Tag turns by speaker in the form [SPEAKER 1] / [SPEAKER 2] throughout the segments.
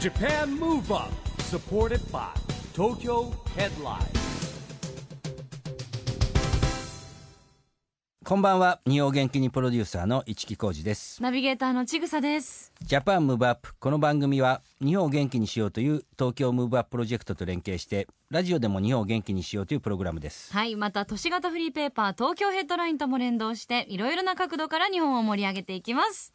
[SPEAKER 1] Japan Move Up supported by Tokyo Headline
[SPEAKER 2] こんばんは日本元気にプロデューサーの市木浩司です
[SPEAKER 3] ナビゲーターのちぐさです。
[SPEAKER 2] ジャパンムーブアップこの番組は日本を元気にしようという東京ムーブアッププロジェクトと連携してラジオでも日本を元気にしようというプログラムです
[SPEAKER 3] はい、また都市型フリーペーパー東京ヘッドラインとも連動して、いろいろな角度から日本を盛り上げていきます。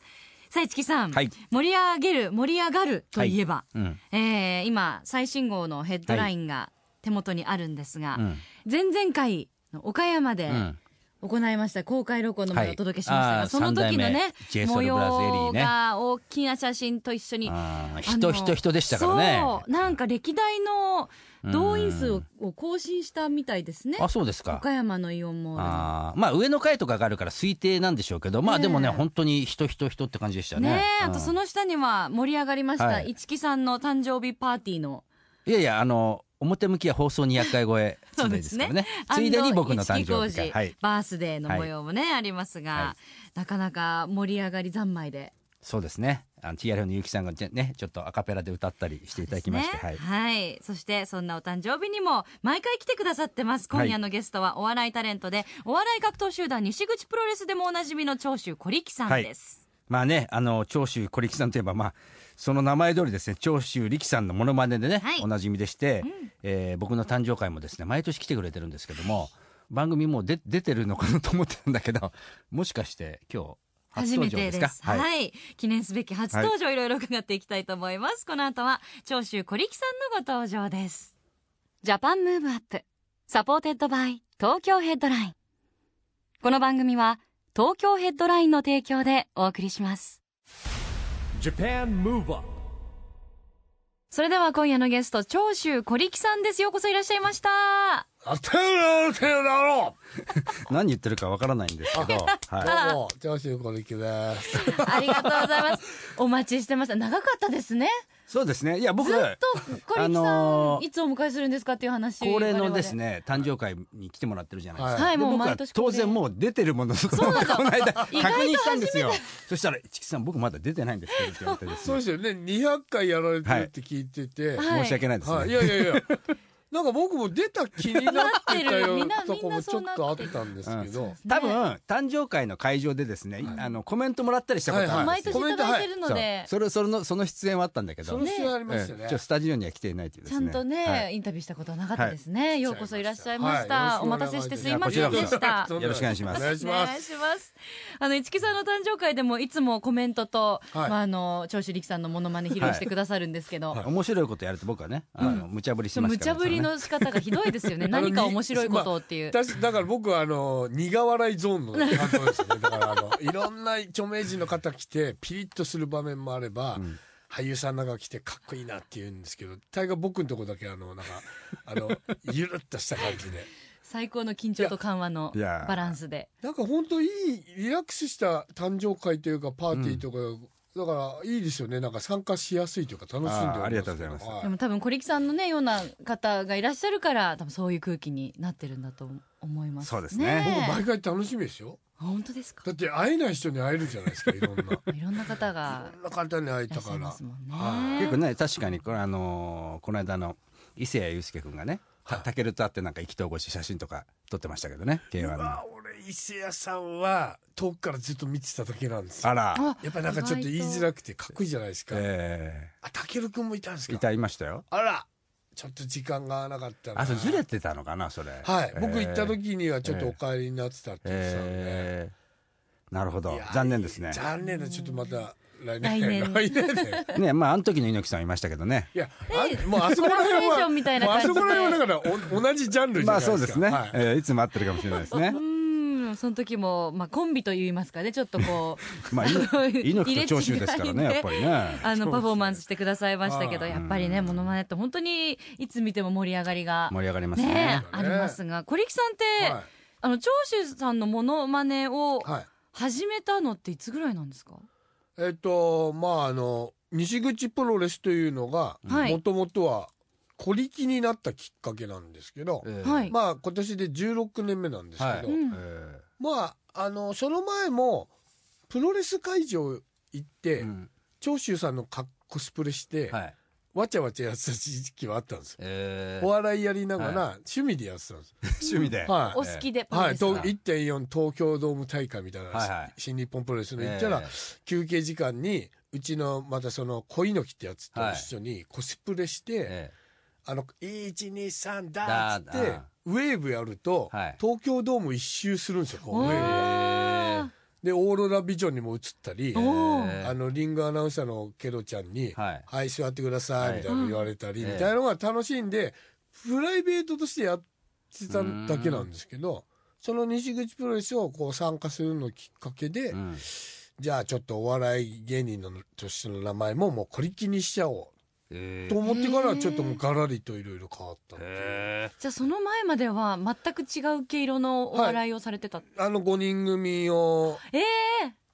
[SPEAKER 3] さあ、市木さん、
[SPEAKER 2] はい
[SPEAKER 3] 盛り上げる、盛り上がるといえば、
[SPEAKER 2] うん
[SPEAKER 3] えー今、最新号のヘッドラインが手元にあるんですが、
[SPEAKER 2] うん
[SPEAKER 3] 前々回、岡山で
[SPEAKER 2] うん
[SPEAKER 3] 行いました公開録音のものをお届けしましたが、
[SPEAKER 2] はいあー
[SPEAKER 3] その時のね
[SPEAKER 2] 三代目 JSOULBROTHERS
[SPEAKER 3] 模
[SPEAKER 2] エリー
[SPEAKER 3] 様
[SPEAKER 2] ね
[SPEAKER 3] が大きな写真と一緒に
[SPEAKER 2] あー
[SPEAKER 3] あ
[SPEAKER 2] 人
[SPEAKER 3] の
[SPEAKER 2] 人人でしたからね
[SPEAKER 3] そうなんか歴代の動員数をを更新したみたいですね
[SPEAKER 2] あそうですか
[SPEAKER 3] 岡山のイオンモー
[SPEAKER 2] あーまあ上の階とかがあるから推定なんでしょうけどまあ
[SPEAKER 3] ね
[SPEAKER 2] で
[SPEAKER 3] え
[SPEAKER 2] もね本当に人人人って感じでした
[SPEAKER 3] ル
[SPEAKER 2] ね
[SPEAKER 3] ねえ、
[SPEAKER 2] うん
[SPEAKER 3] あとその下には盛り上がりました、
[SPEAKER 2] はい
[SPEAKER 3] 一木さんの誕生日パーティーの
[SPEAKER 2] いやいやあの表向きは放送200回超え常ですからねついでに僕の誕生日
[SPEAKER 3] 安藤一
[SPEAKER 2] 会
[SPEAKER 3] 木浩二
[SPEAKER 2] はい
[SPEAKER 3] バースデーの模様もね、ありますが、
[SPEAKER 2] は
[SPEAKER 3] なかなか盛り上がり三昧で
[SPEAKER 2] そうですねあの TRF のゆきさんがじゃねちょっとアカペラで歌ったりしていただきまして、
[SPEAKER 3] です
[SPEAKER 2] はい
[SPEAKER 3] ねはいそしてそんなお誕生日にも毎回来てくださってます今夜のゲストはお笑いタレントでお笑い格闘集団西口プロレスでもおなじみの長州小力さんです、
[SPEAKER 2] まあね、あの長州小力さんといえば、まあ、その名前通りですね長州力さんのものまねでね、
[SPEAKER 3] はい
[SPEAKER 2] おなじみでして、えー僕の誕生会もですね毎年来てくれてるんですけども番組もう出出てるのかなと思ってたんだけどもしかして今日初
[SPEAKER 3] 初
[SPEAKER 2] 登
[SPEAKER 3] め
[SPEAKER 2] 場
[SPEAKER 3] て
[SPEAKER 2] です
[SPEAKER 3] で
[SPEAKER 2] か
[SPEAKER 3] す。はい、記念すべき初登場、い、ろいろ伺っていきたいと思います。この後は、長州小力さんのご登場です。ジャパンムーブアップ、サポーテッドバイ、東京ヘッドライン。この番組は、東京ヘッドラインの提供でお送りします。
[SPEAKER 1] Japan Move Up
[SPEAKER 3] それでは今夜のゲスト、長州小力さんです。ようこそいらっしゃいま した。
[SPEAKER 4] あてるてるだろ
[SPEAKER 2] 何言ってるかわからないんですけ ど、
[SPEAKER 4] う
[SPEAKER 2] は
[SPEAKER 4] どうも、長州小力です。
[SPEAKER 3] ありがとうございます。お待ちしてました。長かったですね。
[SPEAKER 2] い、そうですねいや僕
[SPEAKER 3] ずっと小力さん、
[SPEAKER 2] あのー
[SPEAKER 3] いつお迎えするんですかっていう話。
[SPEAKER 2] 恒例の
[SPEAKER 3] 我々
[SPEAKER 2] ですね誕生会に来てもらってるじゃないですか、
[SPEAKER 4] は
[SPEAKER 2] で
[SPEAKER 4] い
[SPEAKER 3] もう
[SPEAKER 2] 僕は
[SPEAKER 3] 毎年恒
[SPEAKER 2] 当
[SPEAKER 3] 例
[SPEAKER 2] 然もう出てるものとこの間確
[SPEAKER 3] 意外と
[SPEAKER 2] 認したんですよそしたら「市木さん僕まだ出てないんですけど」って言われてです
[SPEAKER 4] そう
[SPEAKER 2] ね
[SPEAKER 4] ですよね、200回やられてるって聞いて
[SPEAKER 3] は
[SPEAKER 4] て。
[SPEAKER 3] い
[SPEAKER 4] は
[SPEAKER 2] 申し訳ないですね、
[SPEAKER 4] い、いやいやいや。なんか僕も出た気になってたよ
[SPEAKER 3] なってるみんな
[SPEAKER 4] とこもちょっとあったんですけど。
[SPEAKER 2] 多分、誕生会の会場でですね、あのコメントもらったりしたことあるん
[SPEAKER 3] 毎
[SPEAKER 2] です
[SPEAKER 3] 年
[SPEAKER 2] よ、
[SPEAKER 3] いただいてるので、
[SPEAKER 2] そうそれそれのその出演はあったんだけ
[SPEAKER 4] そ
[SPEAKER 2] ど、
[SPEAKER 4] の試合ありました
[SPEAKER 2] ええ
[SPEAKER 4] ね
[SPEAKER 2] ちょ。スタジオには来ていないというで
[SPEAKER 3] ちゃ
[SPEAKER 2] すね
[SPEAKER 3] んとね、
[SPEAKER 2] はい
[SPEAKER 3] インタビューしたことはなかったですね、ようこそいらっしゃいました、
[SPEAKER 4] はい
[SPEAKER 3] お待たせしてすいま
[SPEAKER 2] い
[SPEAKER 3] せ
[SPEAKER 2] や
[SPEAKER 3] ん
[SPEAKER 2] こ
[SPEAKER 3] で
[SPEAKER 2] ちらこそ
[SPEAKER 3] した
[SPEAKER 2] よろしくお願いします
[SPEAKER 4] お願いします。
[SPEAKER 3] お願いしますあの市木さんの誕生会でもいつもコメントと、
[SPEAKER 4] はい
[SPEAKER 3] まあ、あの長州力さんのモノマネ披露してくださるんですけど、
[SPEAKER 2] 面白いことやると僕はねあの、無茶ぶりし
[SPEAKER 3] その
[SPEAKER 2] ます
[SPEAKER 3] 無
[SPEAKER 2] から
[SPEAKER 3] 茶
[SPEAKER 2] ね、
[SPEAKER 3] ぶりの仕方がひどいですよ ね何か面白いことをっていう、
[SPEAKER 4] まあ私だから僕はあの苦笑いゾーンの担当ですねだからあのいろんな著名人の方来てピリッとする場面もあれば、俳優さんなんか来てかっこいいなって言うんですけど大概僕のとこだけあのなんか あのゆるっとした感じで
[SPEAKER 3] 最高の緊張と緩和の
[SPEAKER 2] いや
[SPEAKER 3] バランスで
[SPEAKER 4] なんか本当いいリラックスした誕生会というかパーティーとか、だからいいですよねなんか参加しやすいというか楽しんでおります
[SPEAKER 2] あーありがとうございます
[SPEAKER 4] は
[SPEAKER 3] でも多分小力さんのねような方がいらっしゃるから多分そういう空気になってるんだと思います
[SPEAKER 2] そうですね
[SPEAKER 4] 僕
[SPEAKER 3] え
[SPEAKER 4] 毎回楽しみですよ
[SPEAKER 3] 本当ですか
[SPEAKER 4] だって会えない人に会えるじゃないですか いろんない
[SPEAKER 3] いろんな方が
[SPEAKER 4] ろんな方に会え
[SPEAKER 3] いら
[SPEAKER 4] た
[SPEAKER 3] っしゃ
[SPEAKER 4] か
[SPEAKER 3] い
[SPEAKER 4] ら
[SPEAKER 3] ますもんね。
[SPEAKER 4] は
[SPEAKER 2] 結構ね確かにこれあのーこの間の伊勢谷友介君がねたたけると会ってなんか意気投合して写真とか撮ってましたけどね K1
[SPEAKER 4] う
[SPEAKER 2] のあ
[SPEAKER 4] わ俺伊勢谷さんは遠くからずっと見てただけなんですよ
[SPEAKER 2] ら
[SPEAKER 3] あ
[SPEAKER 4] やっぱなんかちょっと言いづらくてかっこいいじゃないですか、
[SPEAKER 2] え
[SPEAKER 4] あたけるくんもいたんです
[SPEAKER 2] ー、い
[SPEAKER 4] か
[SPEAKER 2] たいましたよ
[SPEAKER 4] あらちょっと時間が合わなかったな
[SPEAKER 2] あそれずれてたのかなそれ
[SPEAKER 4] はい、僕
[SPEAKER 2] えー
[SPEAKER 4] 行った時にはちょっとお帰りになってたって言ってたんで、
[SPEAKER 2] えーなるほ
[SPEAKER 4] い
[SPEAKER 2] ど
[SPEAKER 4] や
[SPEAKER 2] 残念ですね
[SPEAKER 4] 残念だちょっとまた来年
[SPEAKER 3] 来年
[SPEAKER 4] で
[SPEAKER 2] ねまああの時の猪木さんいましたけどね
[SPEAKER 4] いやあもうあそこら辺
[SPEAKER 3] コラボレーショ
[SPEAKER 4] は
[SPEAKER 3] ンみたいな
[SPEAKER 4] もう
[SPEAKER 3] 感
[SPEAKER 4] あ
[SPEAKER 3] じで
[SPEAKER 4] そこら辺はだからお同じジャンルじゃ
[SPEAKER 2] ま
[SPEAKER 4] な
[SPEAKER 2] あそ
[SPEAKER 4] いですか
[SPEAKER 2] うですね、
[SPEAKER 4] はい
[SPEAKER 2] いえーいつも会ってるかもしれないです ね
[SPEAKER 3] うーんその時も、まあ、コンビといいますかねちょっとこ う
[SPEAKER 2] まあい猪木と長州ですからねやっぱりね
[SPEAKER 3] あのパフォーマンスしてくださいましたけど
[SPEAKER 4] あー
[SPEAKER 3] やっぱりねものまねって本当にいつ見ても盛り上がりが
[SPEAKER 2] 盛り上がりますね
[SPEAKER 3] ねえ
[SPEAKER 4] そ
[SPEAKER 3] あ
[SPEAKER 4] うだ
[SPEAKER 3] り
[SPEAKER 4] ね
[SPEAKER 3] ますが小力さんって、
[SPEAKER 4] はい
[SPEAKER 3] あの長州さんのものまねを
[SPEAKER 4] はい
[SPEAKER 3] 始めたのっていつぐらいなんですか、
[SPEAKER 4] えっ、とまああの西口プロレスというのが
[SPEAKER 3] はい
[SPEAKER 4] もともとは小力になったきっかけなんですけど、
[SPEAKER 2] えー
[SPEAKER 3] はい
[SPEAKER 4] まあ今年で16年目なんですけど、
[SPEAKER 2] はい
[SPEAKER 3] うん
[SPEAKER 2] えー
[SPEAKER 4] まああのその前もプロレス会場行って、
[SPEAKER 2] うん
[SPEAKER 4] 長州さんの格コスプレして、
[SPEAKER 2] はい
[SPEAKER 4] わちゃわちゃやってた時期はあったんですよ。
[SPEAKER 2] えー
[SPEAKER 4] お笑いやりながら
[SPEAKER 2] はい
[SPEAKER 4] 趣味でやってたんです。
[SPEAKER 2] 趣味で。
[SPEAKER 4] はい
[SPEAKER 3] お好きでパン
[SPEAKER 4] はい、
[SPEAKER 3] ですか、
[SPEAKER 4] と1.4東京ドーム大会みたいな、
[SPEAKER 2] はいはい
[SPEAKER 4] 新日本プロレス
[SPEAKER 2] え
[SPEAKER 4] の
[SPEAKER 2] ー
[SPEAKER 4] 行ったら、休憩時間にうちのまたその小猪木ってやつと一緒にコスプレして、
[SPEAKER 2] え
[SPEAKER 4] あの123だーっつっ
[SPEAKER 2] だー
[SPEAKER 4] て
[SPEAKER 2] だー
[SPEAKER 4] ウェーブやると、
[SPEAKER 2] はい
[SPEAKER 4] 東京ドーム一周するんですよこう
[SPEAKER 3] お
[SPEAKER 4] ウェーブが
[SPEAKER 3] ー
[SPEAKER 4] でオーロラビジョンにも映ったり、
[SPEAKER 2] え
[SPEAKER 3] お
[SPEAKER 2] え
[SPEAKER 4] あのリングアナウンサーのケロちゃんに「は
[SPEAKER 2] はい。
[SPEAKER 4] い、座ってください」みたいなの言われたり、
[SPEAKER 2] はい
[SPEAKER 4] みたいなのが楽しいんでプライベートとしてやってただけなんですけどその西口プロレスをこう参加するのきっかけで、
[SPEAKER 2] うん
[SPEAKER 4] じゃあちょっとお笑い芸人のとしての名前ももうこりきにしちゃお
[SPEAKER 2] えー
[SPEAKER 4] うと思ってからはちょっともうガラリといろいろ変わったっていう
[SPEAKER 2] え
[SPEAKER 3] じゃあその前までは全く違う毛色のお笑いをされてた、
[SPEAKER 4] あの5人組を
[SPEAKER 3] え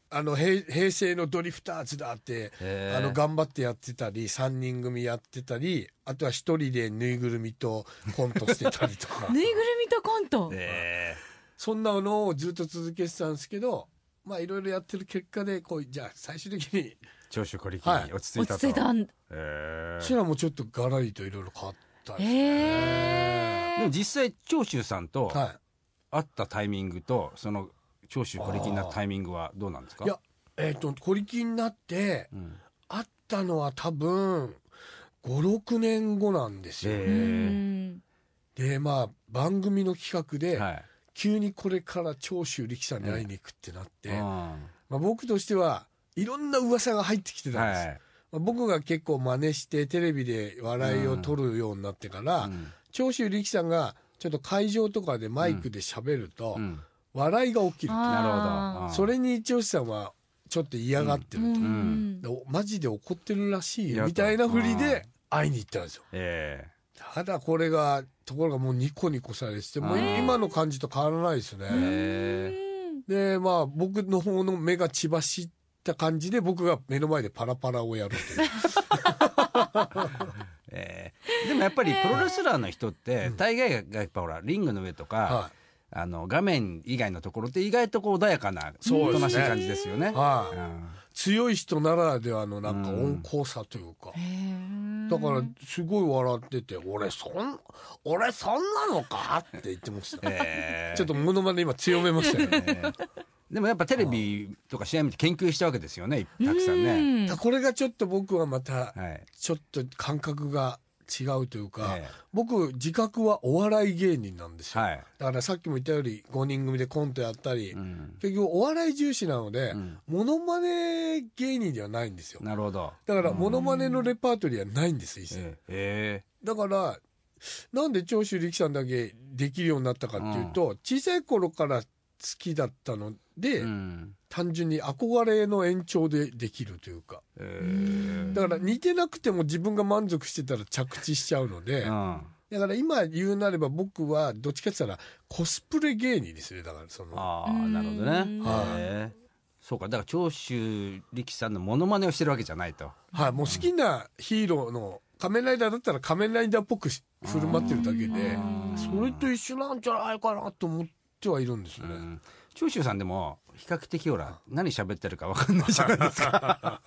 [SPEAKER 4] あの平平成のドリフターズだって、
[SPEAKER 2] え
[SPEAKER 4] あの頑張ってやってたり3人組やってたりあとは1人でぬいぐるみとコントしてたりとか
[SPEAKER 3] ー ぬいぐるみとコント、
[SPEAKER 2] え
[SPEAKER 4] そんなのをずっと続けてたんですけどまあいろいろやってる結果でこうじゃあ最終的に
[SPEAKER 2] ー長州小力
[SPEAKER 4] はい
[SPEAKER 2] に落ち着い
[SPEAKER 3] 落
[SPEAKER 2] た
[SPEAKER 3] ち
[SPEAKER 2] と。
[SPEAKER 3] 着いたん
[SPEAKER 2] え
[SPEAKER 4] そ
[SPEAKER 2] ー
[SPEAKER 4] したらもうちょっとガラリといろいろ変わったんです
[SPEAKER 3] え
[SPEAKER 2] でも実際長州さんと
[SPEAKER 4] は
[SPEAKER 2] 会ったタイミングとその長州小力になったタイミングはどうなんですか？
[SPEAKER 4] いやいえっ、と小力になって
[SPEAKER 2] うん、
[SPEAKER 4] 会ったのは多分56年後なんですよ、
[SPEAKER 3] ー
[SPEAKER 2] え
[SPEAKER 4] でまあ番組の企画
[SPEAKER 2] え
[SPEAKER 4] で、
[SPEAKER 2] はい。
[SPEAKER 4] 急にこれから長州力さんに会いに行くってなって、
[SPEAKER 2] うん
[SPEAKER 4] まあ、僕としてはいろんな噂が入ってきてたんで
[SPEAKER 2] は
[SPEAKER 4] す、
[SPEAKER 2] い。
[SPEAKER 4] まあ、僕が結構真似してテレビで笑いを取るようになってから、
[SPEAKER 2] うん
[SPEAKER 4] 長州力さんがちょっと会場とかでマイクで喋ると、
[SPEAKER 2] うん
[SPEAKER 4] 笑いが起きると、
[SPEAKER 2] なるほど。
[SPEAKER 3] あ
[SPEAKER 2] うん
[SPEAKER 4] それに長州さんはちょっと嫌がってると、
[SPEAKER 3] うん
[SPEAKER 2] ん
[SPEAKER 4] でおマジで怒ってるらしい
[SPEAKER 2] いや
[SPEAKER 4] よみたいなふりで
[SPEAKER 2] う
[SPEAKER 4] 会いに行ったんですよ
[SPEAKER 2] え
[SPEAKER 4] ただこれがところがもうニコニコされててもう
[SPEAKER 2] あー
[SPEAKER 4] 今の感じと変わらないですね、
[SPEAKER 2] ええ
[SPEAKER 4] でまあ僕の方の目が血走った感じで僕が目の前でパラパラをやるっていう
[SPEAKER 2] ええでもやっぱりプロレスラーの人って大概がやっぱほらリングの上と か。
[SPEAKER 4] は
[SPEAKER 2] あの画面以外のところって意外とこう穏やかな
[SPEAKER 4] そう
[SPEAKER 2] お
[SPEAKER 4] ですね
[SPEAKER 2] となしい感じですよね。
[SPEAKER 4] い、は
[SPEAKER 2] う
[SPEAKER 4] い、
[SPEAKER 2] ん
[SPEAKER 4] 強い人ならではのなんか
[SPEAKER 2] うん
[SPEAKER 4] 温厚さというか、
[SPEAKER 3] ー
[SPEAKER 4] だからすごい笑ってて「俺そん俺そんなのか?」って言ってまし た、
[SPEAKER 2] えー
[SPEAKER 4] ちょっとモノマネ今強めました よね
[SPEAKER 2] えーでもやっぱテレビとか試合見て研究したわけですよねたくさんね。
[SPEAKER 3] ね
[SPEAKER 4] だこれがちょっと僕はまた
[SPEAKER 2] はい
[SPEAKER 4] ちょっと感覚が違うというか、
[SPEAKER 2] え
[SPEAKER 4] 僕自覚はお笑い芸人なんです
[SPEAKER 2] ー
[SPEAKER 4] よ、
[SPEAKER 2] はい
[SPEAKER 4] だからさっきも言ったより5人組でコントやったり、
[SPEAKER 2] うん
[SPEAKER 4] 結局お笑い重視なので、
[SPEAKER 2] うん
[SPEAKER 4] モノマネ芸人ではないんですよ
[SPEAKER 2] なるほど。
[SPEAKER 4] だから
[SPEAKER 2] うん
[SPEAKER 4] モノマネのレパートリーはないんです一切、
[SPEAKER 2] えーえ
[SPEAKER 4] だからなんで長州力さんだけできるようになったかっていうと、小さい頃から好きだったので、
[SPEAKER 2] ーうん
[SPEAKER 4] 単純に憧れの延長でできるというか
[SPEAKER 2] えー
[SPEAKER 4] だから似てなくても自分が満足してたら着地しちゃうので、
[SPEAKER 2] うん
[SPEAKER 4] だから今言うなれば僕はどっちかって言ったらコスプレ芸人ですねだからその
[SPEAKER 2] ああなるほどね
[SPEAKER 3] うん。
[SPEAKER 2] えーそうかだから長州力さんのモノマネをしてるわけじゃないと。
[SPEAKER 4] はい、もう好きなヒーローの仮面ライダーだったら仮面ライダーっぽくし振る舞ってるだけで
[SPEAKER 2] うん
[SPEAKER 4] それと一緒なんじゃないかなと思ってはいるんですよ
[SPEAKER 2] う
[SPEAKER 4] ね。
[SPEAKER 2] ん長州さんでも比較的ほら何喋ってるか分かんないじゃないです か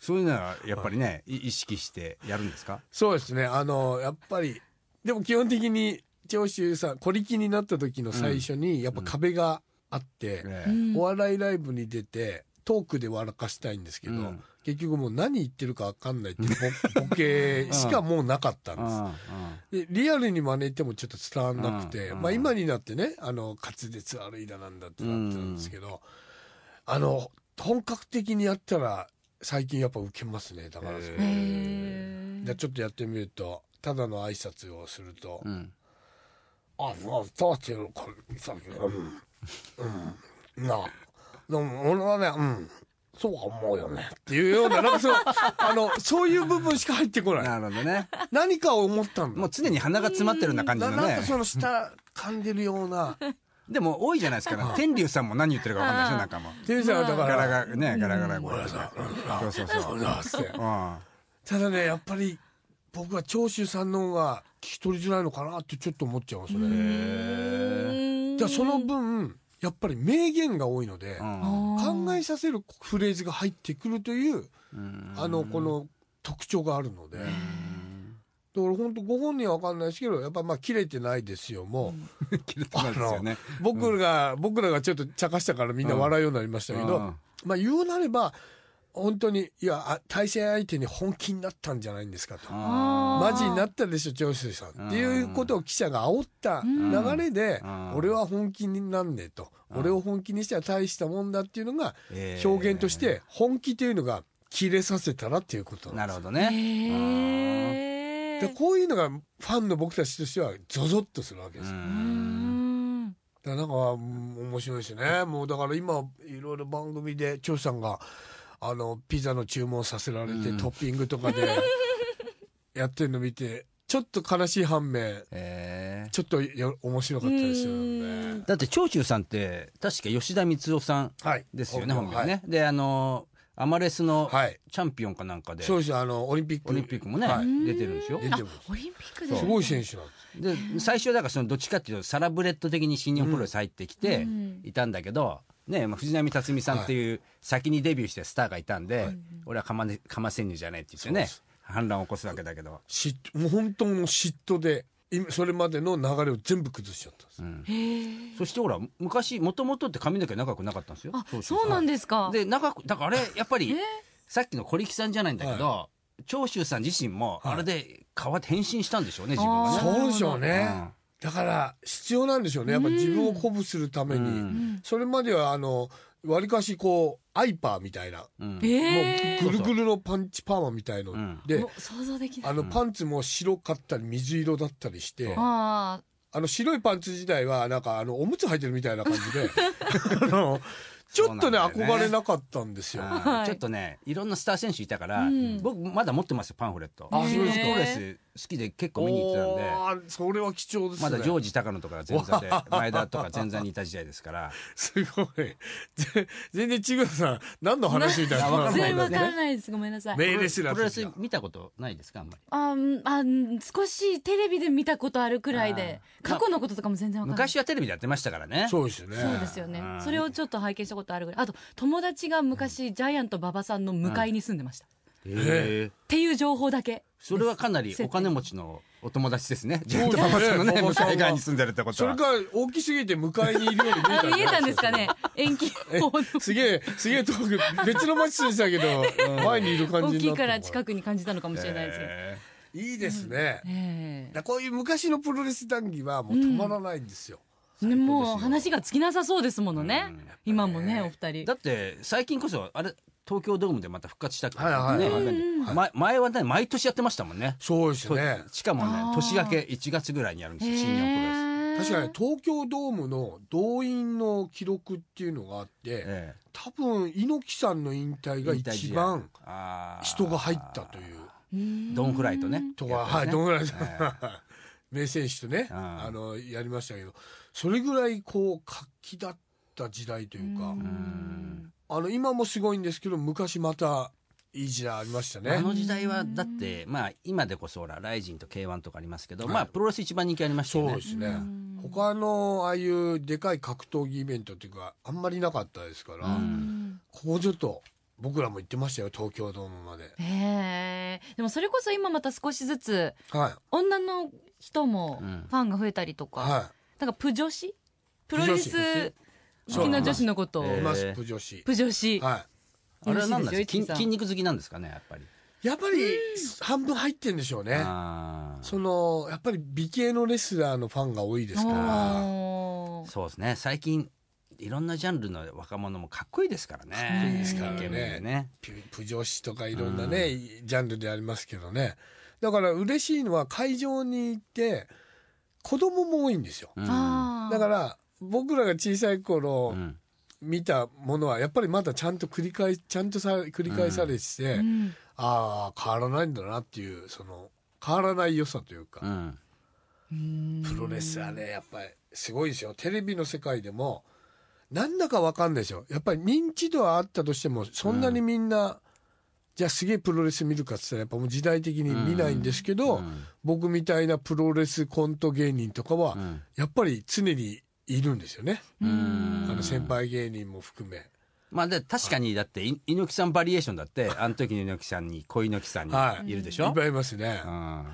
[SPEAKER 2] そういうのはやっぱりね、い意識してやるんですか
[SPEAKER 4] そうですねあのやっぱりでも基本的に長州さん小力になった時の最初にやっぱ壁があって、
[SPEAKER 2] え
[SPEAKER 3] うん
[SPEAKER 4] お笑いライブに出てトークで笑かしたいんですけど、
[SPEAKER 2] うん
[SPEAKER 4] 結局もう何言ってるか分かんないっ ていうボボケしかもうなかったん
[SPEAKER 2] う
[SPEAKER 4] です。
[SPEAKER 2] ん
[SPEAKER 4] でリアルに真似てもちょっと伝わんなくて、
[SPEAKER 2] うん
[SPEAKER 4] まあ、今になってねあの滑舌悪いだなんだってなってたんですけど、あの本格的にやったら最近やっぱ受けますねだからそ
[SPEAKER 2] へ
[SPEAKER 4] れ
[SPEAKER 3] へ
[SPEAKER 4] じゃ
[SPEAKER 3] ー
[SPEAKER 4] あちょっとやってみるとただの挨拶をすると
[SPEAKER 2] うんうん
[SPEAKER 4] 「あまあそうってるかさうんうんなあでも俺はねうんそうは思うよね」っていうようななんかそうあのそういう部分しか入ってこない
[SPEAKER 2] なるほど ね
[SPEAKER 4] 何かを思ったんだ
[SPEAKER 2] もう常に鼻が詰まってるような感じ
[SPEAKER 4] な
[SPEAKER 2] の
[SPEAKER 4] なん
[SPEAKER 2] ね
[SPEAKER 4] かその下噛んでるような。
[SPEAKER 2] でも多いじゃないですか 天竜さんも何言ってるか分かんないでしょ中も
[SPEAKER 4] ていうさだか
[SPEAKER 2] ガラ
[SPEAKER 4] ら。
[SPEAKER 2] ガラねガラガラこう
[SPEAKER 4] そ
[SPEAKER 2] そうう
[SPEAKER 4] そ
[SPEAKER 2] そうう
[SPEAKER 4] そ
[SPEAKER 2] そうう
[SPEAKER 4] そう
[SPEAKER 2] うんあ
[SPEAKER 4] ただねやっぱり僕は長州さんの方が聞き取りづらいのかなってちょっと思っちゃうんですよね。
[SPEAKER 3] うん
[SPEAKER 4] だからその分やっぱり名言が多いので、
[SPEAKER 3] あー
[SPEAKER 4] 考えさせるフレーズが入ってくるという、あのこの特徴があるので。だから本当ご本人は分かんないですけどやっぱまあ切れてないですよもう、
[SPEAKER 2] 切れてないですよね。
[SPEAKER 4] 僕らが、僕らがちょっと茶化したからみんな笑うようになりましたけど、
[SPEAKER 2] うん
[SPEAKER 4] まあ言うなれば本当にいやあ対戦相手に本気になったんじゃないんですかと
[SPEAKER 2] あ
[SPEAKER 4] マジになったでしょ長州さんっていうことを記者が煽った流れで
[SPEAKER 2] うん
[SPEAKER 4] 俺は本気になんねえと俺を本気にしては大したもんだっていうのが
[SPEAKER 2] えー
[SPEAKER 4] 表現として本気というのが切れさせたらっていうこと
[SPEAKER 2] なる
[SPEAKER 4] ほ
[SPEAKER 2] ほど
[SPEAKER 3] へ
[SPEAKER 2] ね。
[SPEAKER 3] え
[SPEAKER 4] でこういうのがファンの僕たちとしてはゾゾッとするわけですよ
[SPEAKER 2] う
[SPEAKER 3] うんん
[SPEAKER 4] だからなんかうん面白いですねもうだから今いろいろ番組で長さんがあのピザの注文させられて、
[SPEAKER 2] うん
[SPEAKER 4] トッピングとかで やってるの見てちょっと悲しい反面
[SPEAKER 2] え
[SPEAKER 4] ちょっとよ面白かったですよね
[SPEAKER 2] ーだって長州さんって確か吉田光夫さん
[SPEAKER 4] はい
[SPEAKER 2] ですよね
[SPEAKER 4] 本
[SPEAKER 2] 本
[SPEAKER 4] 名
[SPEAKER 2] 名ね。であのアマレスの
[SPEAKER 4] はい
[SPEAKER 2] チャンピオンかなんかで
[SPEAKER 4] そうですよあのオリンピック
[SPEAKER 2] オリンピックもね
[SPEAKER 4] はい
[SPEAKER 2] 出てるんですよ。
[SPEAKER 4] 出てます
[SPEAKER 3] あオリンピックですす
[SPEAKER 4] ごい選手なんです
[SPEAKER 2] で最初だからそのどっちかっていうとサラブレッド的に新日本プロレス入ってきて
[SPEAKER 3] うん
[SPEAKER 2] いたんだけど、ねまあ、藤波辰巳さんっていう先にデビューしてスターがいたんで、俺はかま,、ね、かませんにじゃないって言ってね
[SPEAKER 4] そ
[SPEAKER 2] 反乱を起こすわけだけど、
[SPEAKER 4] 嫉妬もう本当の嫉妬で今それまでの流れを全部崩しちゃったんです、
[SPEAKER 2] うん
[SPEAKER 3] へえ
[SPEAKER 2] そしてほら昔もともとって髪の毛長くなかったんですよ
[SPEAKER 3] あそうなん
[SPEAKER 2] で
[SPEAKER 3] ですか
[SPEAKER 2] で長くだからあれやっぱり、
[SPEAKER 3] えー
[SPEAKER 2] さっきの小力さんじゃないんだけど、長州さん自身も
[SPEAKER 4] はい
[SPEAKER 2] あれで変わって変身したんでしょうね自分が
[SPEAKER 3] あ
[SPEAKER 2] ね。
[SPEAKER 4] そうでしょうね、
[SPEAKER 2] うん
[SPEAKER 4] だから必要なんでしょうねやっぱ自分を鼓舞するために、
[SPEAKER 2] うん
[SPEAKER 3] うん
[SPEAKER 4] それまではあのわりかしこうアイパーみたいな、
[SPEAKER 2] うん
[SPEAKER 3] え
[SPEAKER 4] も
[SPEAKER 3] ー
[SPEAKER 4] うぐるぐるのパンチパーマみたいの、
[SPEAKER 2] うん
[SPEAKER 4] で
[SPEAKER 3] もう想像できない
[SPEAKER 4] あのパンツも白かったり水色だったりして、
[SPEAKER 3] あ
[SPEAKER 4] あの白いパンツ自体はなんかあのおむつ履いてるみたいな感じ であのちょっと
[SPEAKER 2] そう
[SPEAKER 4] ね
[SPEAKER 2] なんだよね
[SPEAKER 4] 憧れなかったんですよ。
[SPEAKER 2] あー
[SPEAKER 3] はい
[SPEAKER 2] ちょっとねいろんなスター選手いたから、
[SPEAKER 3] うん
[SPEAKER 2] 僕まだ持ってますよパンフレット
[SPEAKER 4] あそうですか
[SPEAKER 2] プロレス好きで結構見に行ってたんで
[SPEAKER 4] おーそれは貴重ですね。
[SPEAKER 2] まだジョージ高野とかが前 座で前田とか前座にいた時代ですから
[SPEAKER 4] すごい。ぜ全然ちぐさん何の話みたいな。
[SPEAKER 2] なわか
[SPEAKER 3] あ
[SPEAKER 2] ん
[SPEAKER 3] 全
[SPEAKER 2] ない
[SPEAKER 3] 然わ から
[SPEAKER 4] い。
[SPEAKER 3] ないですごめんなさい
[SPEAKER 4] 名レス
[SPEAKER 2] プ
[SPEAKER 4] ラー
[SPEAKER 2] ロ
[SPEAKER 4] た
[SPEAKER 2] レ
[SPEAKER 4] ち
[SPEAKER 2] ス
[SPEAKER 4] が。
[SPEAKER 2] 見たことないですかあんまり
[SPEAKER 3] あうんあうん少しテレビで見たことあるくらいで
[SPEAKER 2] あーまあ
[SPEAKER 3] 過去のこととかも全然わからない
[SPEAKER 2] 昔はテレビでやってましたからね
[SPEAKER 4] そうですよね。
[SPEAKER 3] そうですよね
[SPEAKER 2] うん
[SPEAKER 3] それをちょっと拝見したことあるぐらいあと友達が昔ジャイアント馬場さんの向かいに住んでましたっ
[SPEAKER 2] へー
[SPEAKER 3] ていう情報だけ
[SPEAKER 2] それはかなりお金持ちのお友達ですねジ
[SPEAKER 4] そう
[SPEAKER 2] ャン
[SPEAKER 4] です
[SPEAKER 2] ト
[SPEAKER 4] ね
[SPEAKER 2] パパさんのね
[SPEAKER 4] 馬場
[SPEAKER 2] 向
[SPEAKER 4] さんは
[SPEAKER 2] かい側に住んでるってこと
[SPEAKER 4] それ
[SPEAKER 2] は
[SPEAKER 4] か大きすぎて迎えにいるように見えた
[SPEAKER 3] あ
[SPEAKER 4] ん
[SPEAKER 3] 見えたんですか
[SPEAKER 4] じゃ
[SPEAKER 3] ね延期法の
[SPEAKER 4] ない。すげえ、すげえ遠く、別の街住んでたけど、前にいる感
[SPEAKER 3] 大
[SPEAKER 4] じ
[SPEAKER 3] き
[SPEAKER 4] にないった
[SPEAKER 3] か
[SPEAKER 4] の
[SPEAKER 3] ら近くに感じたのかもしれないですよ
[SPEAKER 2] へ
[SPEAKER 4] いいですね。
[SPEAKER 3] え
[SPEAKER 4] だこういう昔のプロレス談義はもう止まらないんですよ。
[SPEAKER 3] えねもう話が尽きなさそうですものね
[SPEAKER 2] うん
[SPEAKER 3] 今もねお二
[SPEAKER 2] ー
[SPEAKER 3] 人
[SPEAKER 2] だって最近こそあれ東京ドームでまた復活したっけ
[SPEAKER 4] はいはい
[SPEAKER 2] ね
[SPEAKER 4] はい
[SPEAKER 2] イベントま前はね毎年やってましたもんね
[SPEAKER 4] そうですね。
[SPEAKER 2] しかも
[SPEAKER 3] あ
[SPEAKER 2] ね
[SPEAKER 3] ー
[SPEAKER 2] 年明け1月ぐらいにやるんですよ新日本プロレス
[SPEAKER 3] へえ
[SPEAKER 4] 確かに東京ドームの動員の記録っていうのがあって、
[SPEAKER 2] え
[SPEAKER 4] 多分猪木さんの引退が一番人
[SPEAKER 2] 人
[SPEAKER 4] が入ったという。
[SPEAKER 3] うん
[SPEAKER 2] ドンフライとね
[SPEAKER 4] と
[SPEAKER 2] や
[SPEAKER 4] か、
[SPEAKER 2] っぱ
[SPEAKER 4] はい、
[SPEAKER 2] りね
[SPEAKER 4] どのぐらいです
[SPEAKER 2] え
[SPEAKER 4] か。 名選手とね、
[SPEAKER 2] うん
[SPEAKER 4] あの、やりましたけど、それぐらいこう、活気だった時代というか
[SPEAKER 3] う、
[SPEAKER 2] ん
[SPEAKER 4] あの、今もすごいんですけど、昔また、いい時代ありました
[SPEAKER 2] あ
[SPEAKER 4] ね。
[SPEAKER 2] の時代はだってまあ今でこそほらライジンと K1 とかありますけど
[SPEAKER 4] はい
[SPEAKER 2] まあプロレス一番人気ありましたよ
[SPEAKER 4] そう
[SPEAKER 2] ね
[SPEAKER 4] ですね
[SPEAKER 3] ん。
[SPEAKER 4] 他の、ああいうでかい格闘技イベントっていうか、あんまりなかったですから、
[SPEAKER 2] う
[SPEAKER 3] うんん
[SPEAKER 4] ここちょっと、僕らも行ってましたよ、東京ドームまで。
[SPEAKER 3] へえでもそれこそ今また少しずつ
[SPEAKER 4] は
[SPEAKER 3] 女の人も
[SPEAKER 2] うん
[SPEAKER 3] ファンが増えたりと
[SPEAKER 4] い。
[SPEAKER 3] か、
[SPEAKER 4] は
[SPEAKER 3] なんかプ女子プロレス好きな女子のことを
[SPEAKER 2] そう
[SPEAKER 4] い。い
[SPEAKER 2] えー
[SPEAKER 4] ます、プ女子。
[SPEAKER 3] プ女子、
[SPEAKER 4] は
[SPEAKER 2] あれは何なんですか
[SPEAKER 3] よろしいですよ市
[SPEAKER 2] 筋
[SPEAKER 3] 井さん
[SPEAKER 2] 筋肉好きなんですかねやっぱり
[SPEAKER 4] い。やっぱり、半分入ってんでしょうね。
[SPEAKER 2] あー
[SPEAKER 4] そのやっぱり美形のレスラーのファンが多いですから
[SPEAKER 3] おー
[SPEAKER 2] そうですね最近いろんなジャンルの若者もかっこいいですからね
[SPEAKER 4] っこいいですからね
[SPEAKER 2] イケメンでね
[SPEAKER 4] ププ女子とかいろんなね、ジャンルでありますけどねだから嬉しいのは会場に行って子供も多いんですよ
[SPEAKER 2] うん
[SPEAKER 3] あー
[SPEAKER 4] だから僕らが小さい頃
[SPEAKER 2] うん
[SPEAKER 4] 見たものはやっぱりまだちゃんと繰り返ちゃんとさ繰り返されてて、
[SPEAKER 3] うん
[SPEAKER 4] ああ変わらないんだなっていうその変わらない良さというか、
[SPEAKER 2] うん
[SPEAKER 4] プロレスはねやっぱりすごいですよテレビの世界でもなんだかわかんないですよやっぱり認知度はあったとしてもそんなにみんな、じゃあすげえプロレス見るかっつったらやっぱもう時代的に見ないんですけど、
[SPEAKER 2] うん
[SPEAKER 4] 僕みたいなプロレスコント芸人とかは、
[SPEAKER 2] うん
[SPEAKER 4] やっぱり常にいるんですよね、
[SPEAKER 2] うん
[SPEAKER 4] あの先輩芸人も含め
[SPEAKER 2] まあで確かにだってい猪木さんバリエーションだ ってあの時の猪木さんに小猪木さん
[SPEAKER 4] はい
[SPEAKER 2] にいるでしょ、
[SPEAKER 4] いっぱいいますね、
[SPEAKER 2] うん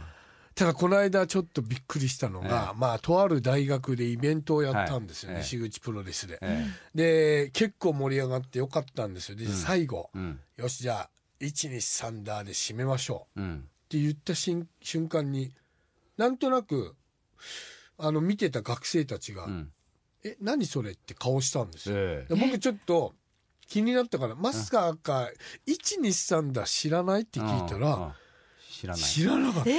[SPEAKER 4] ただこの間ちょっとびっくりしたのが、まあとある大学でイベントをやったんですよね、
[SPEAKER 2] はいええ
[SPEAKER 4] 西口プロレスで、
[SPEAKER 2] え
[SPEAKER 4] で結構盛り上がってよかったんですよで最後、
[SPEAKER 2] えうん
[SPEAKER 4] よしじゃあ123ダーで締めましょう
[SPEAKER 2] うん
[SPEAKER 4] って言ったしん瞬間になんとなくあの見てた学生たちが「
[SPEAKER 2] うん
[SPEAKER 4] え何それ?」って顔したんですよ、
[SPEAKER 2] ええ
[SPEAKER 4] で僕ちょっと気になったからまさか123だ知らないって聞いた
[SPEAKER 2] うんう
[SPEAKER 4] ら
[SPEAKER 2] ん知らない
[SPEAKER 4] 知らなかった、プロ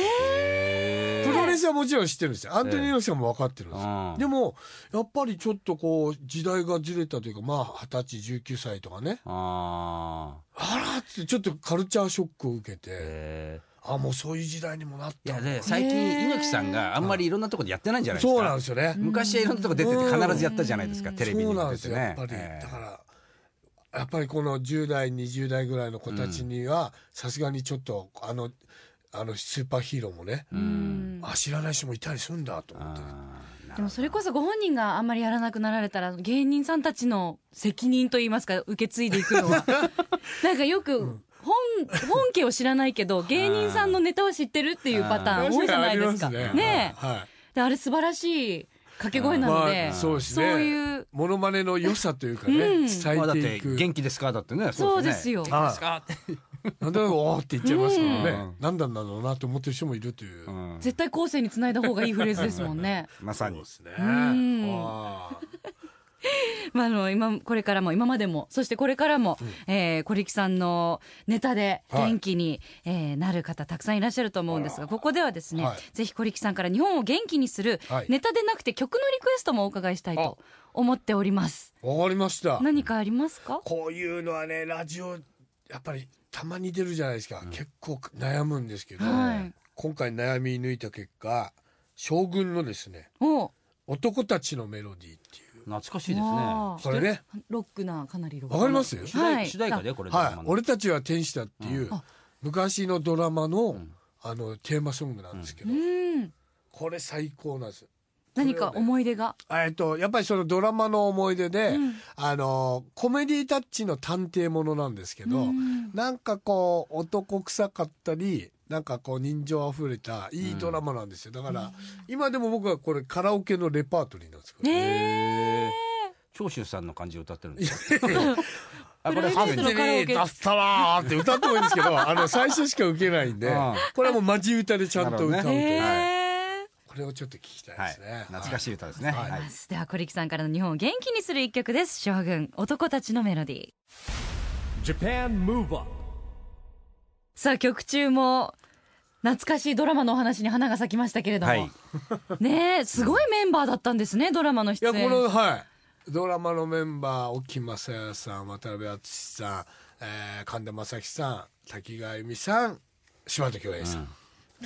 [SPEAKER 4] レスはもちろん知ってるんですよアントニオ猪木さんも分かってるんですよ、
[SPEAKER 2] うん
[SPEAKER 4] でもやっぱりちょっとこう時代がずれたというかまあ二十歳19歳とかね
[SPEAKER 2] ああ
[SPEAKER 4] あらってちょっとカルチャーショックを受けて
[SPEAKER 2] ええ
[SPEAKER 4] あもうそういう時代にもなっ
[SPEAKER 2] い
[SPEAKER 4] た
[SPEAKER 2] や
[SPEAKER 4] んだ
[SPEAKER 2] で最近猪木さんがあんまりいろんなとこでやってないんじゃないですか
[SPEAKER 4] そうなんですよね、
[SPEAKER 2] 昔はいろんなとこ出てて必ずやったじゃないですかテレビ
[SPEAKER 4] そう
[SPEAKER 2] に
[SPEAKER 4] な
[SPEAKER 2] も
[SPEAKER 4] んで
[SPEAKER 2] 出
[SPEAKER 4] す
[SPEAKER 2] て
[SPEAKER 4] よやっ
[SPEAKER 2] ね
[SPEAKER 4] ぱり、
[SPEAKER 2] ええ
[SPEAKER 4] だからやっぱりこの10代20代ぐらいの子たちにはさすがにちょっとあのあのスーパーヒーローもね、
[SPEAKER 3] うん
[SPEAKER 4] あ知らない人もいたりするんだと思って
[SPEAKER 2] あーなるほど
[SPEAKER 3] でもそれこそご本人があんまりやらなくなられたら芸人さんたちの責任といいますか受け継いでいくの はなんかよく本本家を知らないけど芸人さんのネタを知ってるっていうパターン多いじゃないですか。
[SPEAKER 4] ありま
[SPEAKER 3] ね
[SPEAKER 4] す
[SPEAKER 3] え
[SPEAKER 4] はい
[SPEAKER 3] であれ素晴らしい掛け声なので、
[SPEAKER 4] まあ、そうですね
[SPEAKER 3] そういう
[SPEAKER 4] モノマネの良さというかね、
[SPEAKER 3] うん
[SPEAKER 2] まあ
[SPEAKER 4] 伝
[SPEAKER 2] だっ
[SPEAKER 4] えて
[SPEAKER 2] て
[SPEAKER 4] いく、
[SPEAKER 2] 元気ですかだってね
[SPEAKER 3] そうで
[SPEAKER 2] ね
[SPEAKER 3] すよ。
[SPEAKER 4] はいなんだろうおーって言っちゃいますからね、なん、何なんだろうなって思ってる人もいるという、
[SPEAKER 2] うん
[SPEAKER 3] 絶対後世につないだ方がいいフレーズですもんね。
[SPEAKER 2] ま
[SPEAKER 4] そ
[SPEAKER 2] さ
[SPEAKER 4] う
[SPEAKER 2] に
[SPEAKER 4] ですね、
[SPEAKER 3] ん
[SPEAKER 4] あー
[SPEAKER 3] まあ、あの今これからも今までもそしてこれからも、えー小力さんのネタで
[SPEAKER 4] はい
[SPEAKER 3] 元気に、えーなる方たくさんいらっしゃると思うんですがここではですね、
[SPEAKER 4] はい
[SPEAKER 3] ぜひ小力さんから日本を元気にする
[SPEAKER 4] はい
[SPEAKER 3] ネタでなくて曲のリクエストもお伺いしたいと思っております。
[SPEAKER 4] わかりました
[SPEAKER 3] 何かありますか
[SPEAKER 4] こういうのはねラジオやっぱりたまに出るじゃないですか、結構悩むんですけど、
[SPEAKER 3] はい
[SPEAKER 4] 今回悩み抜いた結果将軍のですね
[SPEAKER 3] おう
[SPEAKER 4] 「男たちのメロディー」っていう
[SPEAKER 2] 懐かしいです
[SPEAKER 3] わ
[SPEAKER 2] ね
[SPEAKER 3] あ
[SPEAKER 4] これね
[SPEAKER 3] ロックなかなりロック
[SPEAKER 4] わ
[SPEAKER 3] な
[SPEAKER 4] かります
[SPEAKER 2] 主題
[SPEAKER 3] はい
[SPEAKER 2] 主題歌でこれ
[SPEAKER 4] はい
[SPEAKER 2] ドラマ、の
[SPEAKER 4] 俺たちは天使だっていう、昔のドラマの、あのテーマソングなんですけど、
[SPEAKER 3] うん
[SPEAKER 4] これ最高なんです。
[SPEAKER 3] 何か思い出が、
[SPEAKER 4] えっと、やっぱりそのドラマの思い出で、
[SPEAKER 3] うん
[SPEAKER 4] あの、コメディタッチの探偵ものなんですけど、
[SPEAKER 3] うん
[SPEAKER 4] なんかこう、男臭かったり、なんかこう、人情あふれた、いいドラマなんですよ。だから、今でも僕はこれカラオケのレパートリーなんですけど、
[SPEAKER 3] ねえ
[SPEAKER 2] へえ長州さんの感じを歌ってるんですよ あこれ
[SPEAKER 3] プロ
[SPEAKER 2] 初
[SPEAKER 3] レ
[SPEAKER 2] めて
[SPEAKER 3] スのカラオケ
[SPEAKER 4] 出したなーって歌ってもいいんですけど、 あの、最初しか受けないんで
[SPEAKER 2] うん、
[SPEAKER 4] これはもうマジ歌でちゃんと歌
[SPEAKER 2] なる
[SPEAKER 4] うと
[SPEAKER 2] ほど
[SPEAKER 3] へ
[SPEAKER 4] いう、
[SPEAKER 2] ね
[SPEAKER 3] え
[SPEAKER 4] これをちょっと聞きたいで
[SPEAKER 2] はい
[SPEAKER 4] すね。
[SPEAKER 2] 懐かしい歌ですね
[SPEAKER 4] はい
[SPEAKER 2] はい
[SPEAKER 3] では小力さんからの日本を元気にする一曲です将軍男たちのメロディー
[SPEAKER 1] Japan Move Up
[SPEAKER 3] さあ曲中も懐かしいドラマのお話に花が咲きましたけれども、
[SPEAKER 2] はい
[SPEAKER 3] ねえすごいメンバーだったんですねドラマの
[SPEAKER 4] い
[SPEAKER 3] 出
[SPEAKER 4] や、
[SPEAKER 3] 演
[SPEAKER 4] この、はい。ドラマのメンバー、沖正也さん、渡辺篤さん、えー神田正輝さん、滝川由美さん、柴田恭平さん。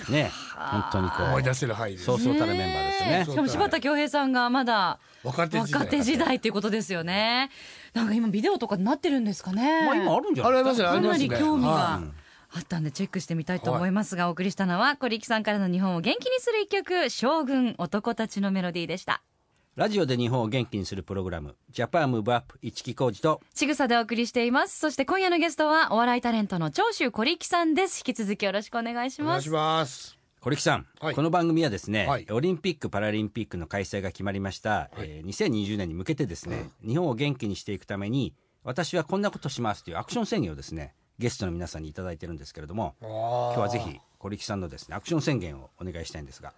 [SPEAKER 2] ね本当にこう
[SPEAKER 4] 思い出せる範囲です。
[SPEAKER 2] そうそうたるメンバーですよね
[SPEAKER 3] ねえしかも柴田恭平さんがまだ
[SPEAKER 4] 若手時代。
[SPEAKER 3] 若手時代っていうことですよねなんか今ビデオとかになってるんですかね
[SPEAKER 2] まあ今あるんじゃ
[SPEAKER 4] あ
[SPEAKER 2] な
[SPEAKER 4] り
[SPEAKER 2] いで
[SPEAKER 4] ますすね、
[SPEAKER 2] か
[SPEAKER 4] あ
[SPEAKER 3] か
[SPEAKER 4] りま
[SPEAKER 3] な
[SPEAKER 4] すね。
[SPEAKER 3] り興味
[SPEAKER 4] は
[SPEAKER 3] が
[SPEAKER 4] い
[SPEAKER 3] あったんでチェックしてみたいと思いますが、お送りしたのは小力さんからの日本を元気にする一曲「将軍男たちのメロディー」でした
[SPEAKER 2] ラジオで日本を元気にするプログラムジャパンムーブアップ一木工事と
[SPEAKER 3] ちぐさでお送りしていますそして今夜のゲストはお笑いタレントの長州小力さんです引き続きよろしくお願いし
[SPEAKER 4] お願
[SPEAKER 3] ま
[SPEAKER 4] い
[SPEAKER 3] す
[SPEAKER 4] します。
[SPEAKER 2] 堀木さん、
[SPEAKER 4] はい
[SPEAKER 2] この番組はですね、
[SPEAKER 4] はい
[SPEAKER 2] オリンピック・パラリンピックの開催が決まりました、えー2020年に向けてですね、日本を元気にしていくために私はこんなことしますというアクション宣言をですねゲストの皆さんに頂いただいてるんですけれども
[SPEAKER 4] 今
[SPEAKER 2] 今
[SPEAKER 4] 日
[SPEAKER 2] 日はぜ。ひ堀木さんのですねアクション宣言をお願いしたいんですが、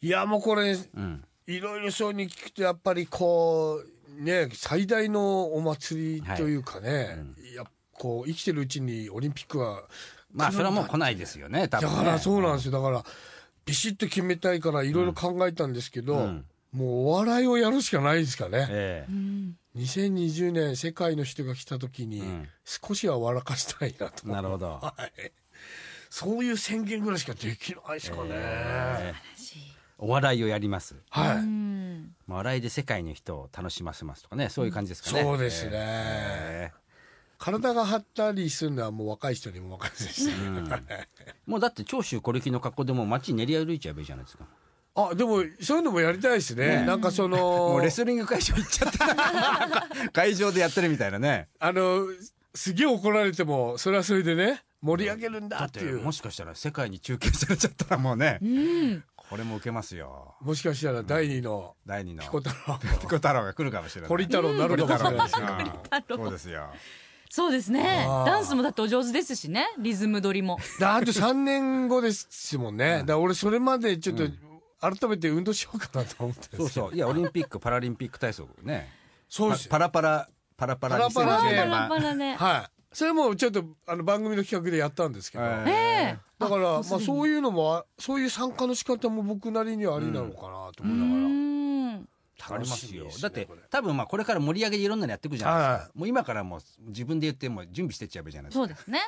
[SPEAKER 4] いや、もうこれ、
[SPEAKER 2] うん、
[SPEAKER 4] いろいろそうに聞くと、やっぱりこう、ね、最大のお祭りというかね、いや、こう、生きてるうちにオリンピックは、
[SPEAKER 2] まあそれはもう来ないですよね多分
[SPEAKER 4] だ
[SPEAKER 2] ね
[SPEAKER 4] からそうなんですよ。だから、ビシッと決めたいからいろいろ考えたんですけど、
[SPEAKER 2] うん
[SPEAKER 4] もうお笑いをやるしかないですかね。
[SPEAKER 2] ええ
[SPEAKER 4] 2020年世界の人が来た時に
[SPEAKER 2] ん
[SPEAKER 4] 少しは笑かしたいなと。
[SPEAKER 2] なるほど、
[SPEAKER 4] はい。そういう宣言ぐらいしかできないですかね。
[SPEAKER 2] ええお笑いをやります
[SPEAKER 4] はい、
[SPEAKER 3] うん
[SPEAKER 2] まあ笑いで世界の人を楽しませますとかねそういう感じですかね、
[SPEAKER 4] そうですね、
[SPEAKER 2] ええ
[SPEAKER 4] 体が張ったりするのはもう若い人にも分かるですし、ね
[SPEAKER 2] もうだって長州小力の格好でもう街練り歩いちゃえばいいじゃないですか
[SPEAKER 4] あでもそういうのもやりたいですねなんか そ
[SPEAKER 2] も
[SPEAKER 4] の
[SPEAKER 2] うレスリング会場行っちゃったなんか会場でやってるみたいなね
[SPEAKER 4] あのすげえ怒られてもそれはそれでね盛り上げるんだ
[SPEAKER 2] だっ
[SPEAKER 4] って
[SPEAKER 2] て
[SPEAKER 4] いう
[SPEAKER 2] もしかしたら世界に中継されちゃったらもうね
[SPEAKER 3] うん。
[SPEAKER 2] これも受けますよ
[SPEAKER 4] もしかしたら第二の
[SPEAKER 2] 第二の
[SPEAKER 4] ピコ太郎
[SPEAKER 2] ピコ太郎が来るかもしれない
[SPEAKER 4] 堀太郎になるかもしれないですね
[SPEAKER 2] うんそうですよ
[SPEAKER 3] そうですね。
[SPEAKER 4] あー
[SPEAKER 3] ダンスもだってお上手ですしね。リズム取り も。
[SPEAKER 4] だあと3年後ですもんねだから俺それまでちょっと改めて運動しようかなと思っ
[SPEAKER 2] そ
[SPEAKER 4] てるんで
[SPEAKER 2] う
[SPEAKER 4] すよ
[SPEAKER 2] そういやオリンピックパラリンピック体操ね
[SPEAKER 4] そうですよ
[SPEAKER 2] パラパラパラパラ
[SPEAKER 4] パラパ
[SPEAKER 3] パ
[SPEAKER 4] ラ
[SPEAKER 2] 2020
[SPEAKER 3] ラパ
[SPEAKER 2] 版
[SPEAKER 3] ラね。
[SPEAKER 4] はいそれもちょっとあの番組の企画でやったんですけど
[SPEAKER 2] え
[SPEAKER 4] だ
[SPEAKER 2] ー
[SPEAKER 3] ええ
[SPEAKER 4] からまあそう
[SPEAKER 3] いう。
[SPEAKER 4] いうのもあそういう参加の仕方も僕なりにはありなのかな
[SPEAKER 3] う
[SPEAKER 4] と思いながら。
[SPEAKER 3] ん。
[SPEAKER 2] ありますよ
[SPEAKER 4] 楽しみですね
[SPEAKER 2] だって
[SPEAKER 4] これ
[SPEAKER 2] 多分まあこれから盛り上げでいろんなのやっていくじゃないです
[SPEAKER 4] は
[SPEAKER 2] かもう今からもう自分で言ってもう準備してっちゃえばいいじゃないです
[SPEAKER 3] そ
[SPEAKER 2] か
[SPEAKER 3] うですね。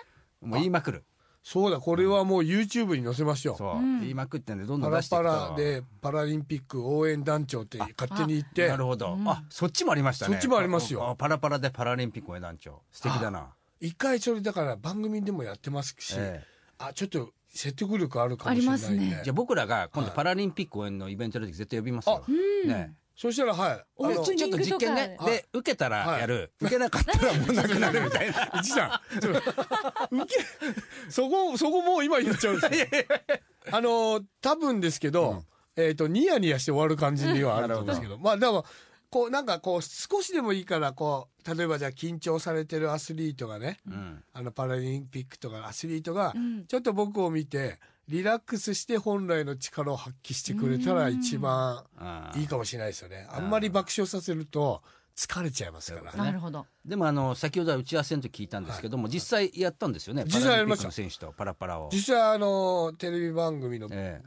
[SPEAKER 2] もう言いまくる
[SPEAKER 4] そうだこれはもう YouTube に載せましょう
[SPEAKER 2] そう、
[SPEAKER 3] うん
[SPEAKER 2] 言いまくってんでどんどん
[SPEAKER 4] パ
[SPEAKER 2] 出
[SPEAKER 4] ラ
[SPEAKER 2] してい
[SPEAKER 4] パ
[SPEAKER 2] くと
[SPEAKER 4] ラでパラリンピック応援団長って勝手に言って
[SPEAKER 2] なるほど、あそっちもありましたね
[SPEAKER 4] そっちもありますよ
[SPEAKER 2] あパラパラでパラリンピック応援団長素敵だな、
[SPEAKER 4] 一回それだから番組でもやってますし、
[SPEAKER 2] え
[SPEAKER 4] あちょっと説得力あるかもしれない
[SPEAKER 3] あります
[SPEAKER 4] ん
[SPEAKER 2] え
[SPEAKER 4] で
[SPEAKER 3] ね
[SPEAKER 2] じゃあ僕らが今度パラリンピック応援のイベントの時絶対呼びますよ、ね
[SPEAKER 4] そしたらはいあ
[SPEAKER 2] で
[SPEAKER 4] の
[SPEAKER 2] ちょちょっと実験ね
[SPEAKER 3] オープニングとか
[SPEAKER 2] で受けたらやる、受けなかったらもうなくなるみたい な
[SPEAKER 4] 一さんちょっとウケそこそこもう今言っちゃうんですよあの多分ですけど、えっ、とニヤニヤして終わる感じにはあると思うんですけどまあでもこうなんかこう少しでもいいからこう例えばじゃあ緊張されてるアスリートがね、
[SPEAKER 2] うん
[SPEAKER 4] あのパラリンピックとかアスリートが
[SPEAKER 3] ん
[SPEAKER 4] ちょっと僕を見てリラックスして本来の力を発揮してくれたら一番
[SPEAKER 2] あー
[SPEAKER 4] いいかもしれないですよね。あんまり爆笑させると疲れちゃいますから。
[SPEAKER 3] なるほど。
[SPEAKER 2] でもあの先ほどは打ち合わせの時聞いたんですけども、実際やったんですよね
[SPEAKER 4] 実際
[SPEAKER 2] パラ
[SPEAKER 4] や
[SPEAKER 2] リ
[SPEAKER 4] り
[SPEAKER 2] ンピ
[SPEAKER 4] ま
[SPEAKER 2] ック
[SPEAKER 4] した
[SPEAKER 2] の選手とパラパラを、
[SPEAKER 4] 実際あのテレビ番組の
[SPEAKER 2] え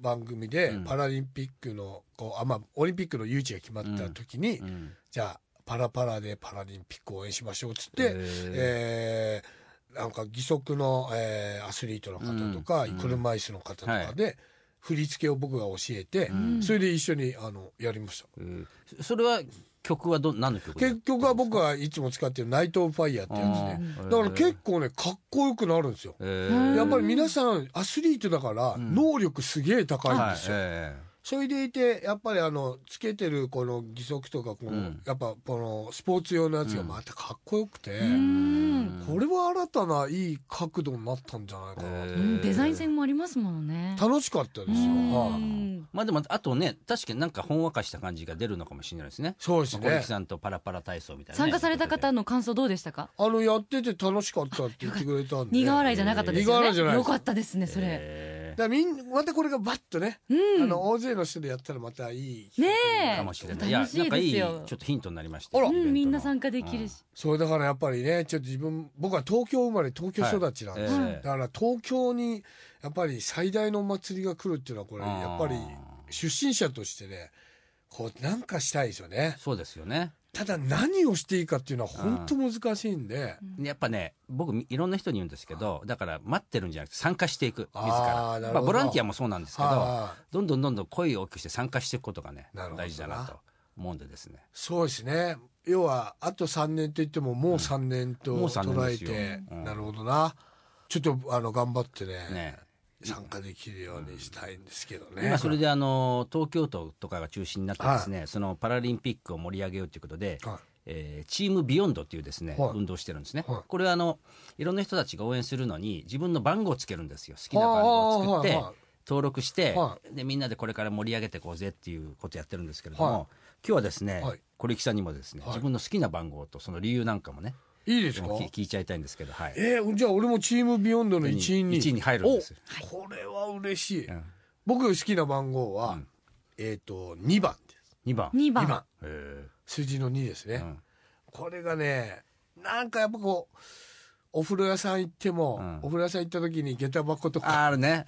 [SPEAKER 4] 番組で
[SPEAKER 2] うん
[SPEAKER 4] パラリンピックのこうあまあオリンピックの誘致が決まった時に
[SPEAKER 2] えうん
[SPEAKER 4] じゃあパラパラでパラリンピックを応援しましょうっつっ
[SPEAKER 2] へー
[SPEAKER 4] てえーなんか義足のえーアスリートの方とか
[SPEAKER 2] うん
[SPEAKER 4] 車椅子の方とかで振り付けを僕が教えて
[SPEAKER 2] ん
[SPEAKER 4] それで一緒にあのやりました。
[SPEAKER 2] えーそそれは曲はど何の曲
[SPEAKER 4] 結局は僕はいつも使ってる「ナイト・オブ・ファイヤー」ってやつねだから結構ねかっこよくなるんですよ
[SPEAKER 2] えー
[SPEAKER 4] やっぱり皆さんアスリートだから能力すげえ高いんですよ、
[SPEAKER 2] え
[SPEAKER 4] それでいてやっぱりあのつけてるこの義足とかこの、
[SPEAKER 2] うん
[SPEAKER 4] やっぱこのスポーツ用のやつがまたかっこよくて、
[SPEAKER 3] うん。
[SPEAKER 4] これは新たないい角度になったんじゃないかな、
[SPEAKER 2] え
[SPEAKER 3] うんデザイン性もありますものね。
[SPEAKER 4] 楽しかったですよ、
[SPEAKER 3] う
[SPEAKER 4] はい
[SPEAKER 3] ん
[SPEAKER 2] まあでもあとね確かになんかほんわかした感じが出るのかもしれないですね。
[SPEAKER 4] そうです
[SPEAKER 2] 小力
[SPEAKER 4] ね
[SPEAKER 2] さんとパラパラ体操みたいなね、
[SPEAKER 3] 参加された方の感想どうでしたか
[SPEAKER 4] あのやってて楽しかったって言ってくれたんで
[SPEAKER 3] 苦笑いじゃなかったです
[SPEAKER 4] 苦
[SPEAKER 3] よ
[SPEAKER 4] 笑いじゃな
[SPEAKER 3] ね。
[SPEAKER 4] い
[SPEAKER 3] よかったですね、それ。
[SPEAKER 2] え
[SPEAKER 4] だからみんまたこれがバッとね、
[SPEAKER 3] うん
[SPEAKER 4] あの大勢の人でやったらまたいい
[SPEAKER 3] ね
[SPEAKER 2] ー
[SPEAKER 3] え。
[SPEAKER 2] かもしれない。いや
[SPEAKER 3] 楽し
[SPEAKER 2] なん
[SPEAKER 3] い
[SPEAKER 2] かい
[SPEAKER 3] で
[SPEAKER 2] い
[SPEAKER 3] す
[SPEAKER 2] ち
[SPEAKER 3] よ
[SPEAKER 2] ょっ。とヒントになりました。
[SPEAKER 4] あら
[SPEAKER 2] イ
[SPEAKER 3] う
[SPEAKER 2] ベントの
[SPEAKER 3] ん、みんな参加できるし。
[SPEAKER 4] それだからやっぱりねちょっと自分僕は東京生まれ東京育ちなんですよ、
[SPEAKER 2] はいええ
[SPEAKER 4] だから東京にやっぱり最大のお祭りが来るっていうのはこれ
[SPEAKER 2] あー
[SPEAKER 4] やっぱり出身者としてねこうなんかしたいですよね
[SPEAKER 2] そうですよね。
[SPEAKER 4] ただ何をしていいかっていうのは本当難しいんで、
[SPEAKER 2] やっぱね僕みいろんな人に言うんですけどだから待ってるんじゃなくて参加していく自ら
[SPEAKER 4] あーなるほど
[SPEAKER 2] まあ、ボランティアもそうなんですけど
[SPEAKER 4] はあ
[SPEAKER 2] どんどんどんどん声を大きくして参加していくことがね
[SPEAKER 4] なるほどな
[SPEAKER 2] 大事だなと思うんでですね。
[SPEAKER 4] そうですね要はあと3年といってももう3年と
[SPEAKER 2] もう三年
[SPEAKER 4] 捉
[SPEAKER 2] で
[SPEAKER 4] え
[SPEAKER 2] すよ
[SPEAKER 4] て、
[SPEAKER 2] うん
[SPEAKER 4] なるほどなちょっとあの頑張ってね
[SPEAKER 2] ね
[SPEAKER 4] 参加できるようにしたいんですけどね、
[SPEAKER 2] 今それであの東京都とかが中心になってですね、そのパラリンピックを盛り上げようということで、
[SPEAKER 4] はい
[SPEAKER 2] えーチームビヨンドっていうですね、
[SPEAKER 4] はい
[SPEAKER 2] 運動をしてるんですね、
[SPEAKER 4] はい
[SPEAKER 2] これはあのいろんな人たちが応援するのに自分の番号をつけるんですよ好きな番号を作って、
[SPEAKER 4] はいはいはい
[SPEAKER 2] 登録して、
[SPEAKER 4] は
[SPEAKER 2] でみんなでこれから盛り上げていこうぜっていうことやってるんですけれども、
[SPEAKER 4] はい
[SPEAKER 2] 今日はですね、
[SPEAKER 4] はい
[SPEAKER 2] 小力さんにもですね、
[SPEAKER 4] はい
[SPEAKER 2] 自分の好きな番号とその理由なんかもね
[SPEAKER 4] いいですか
[SPEAKER 2] もう聞聞いちゃいたいんですけどはい
[SPEAKER 4] えー、じゃあ俺もチームビヨンドの一員に
[SPEAKER 2] 一員に入るんですよ
[SPEAKER 4] おこれは嬉しい、
[SPEAKER 2] ん
[SPEAKER 4] 僕好きな番号は、えっ、と2番です
[SPEAKER 2] 2番
[SPEAKER 3] 2
[SPEAKER 4] 2
[SPEAKER 3] 番
[SPEAKER 4] 番。
[SPEAKER 2] へー
[SPEAKER 4] 数字の2ですね、
[SPEAKER 2] ん
[SPEAKER 4] これがねなんかやっぱこうお風呂屋さん行っても、
[SPEAKER 2] うん
[SPEAKER 4] お風呂屋さん行った時に下駄箱とか
[SPEAKER 2] あーあるね、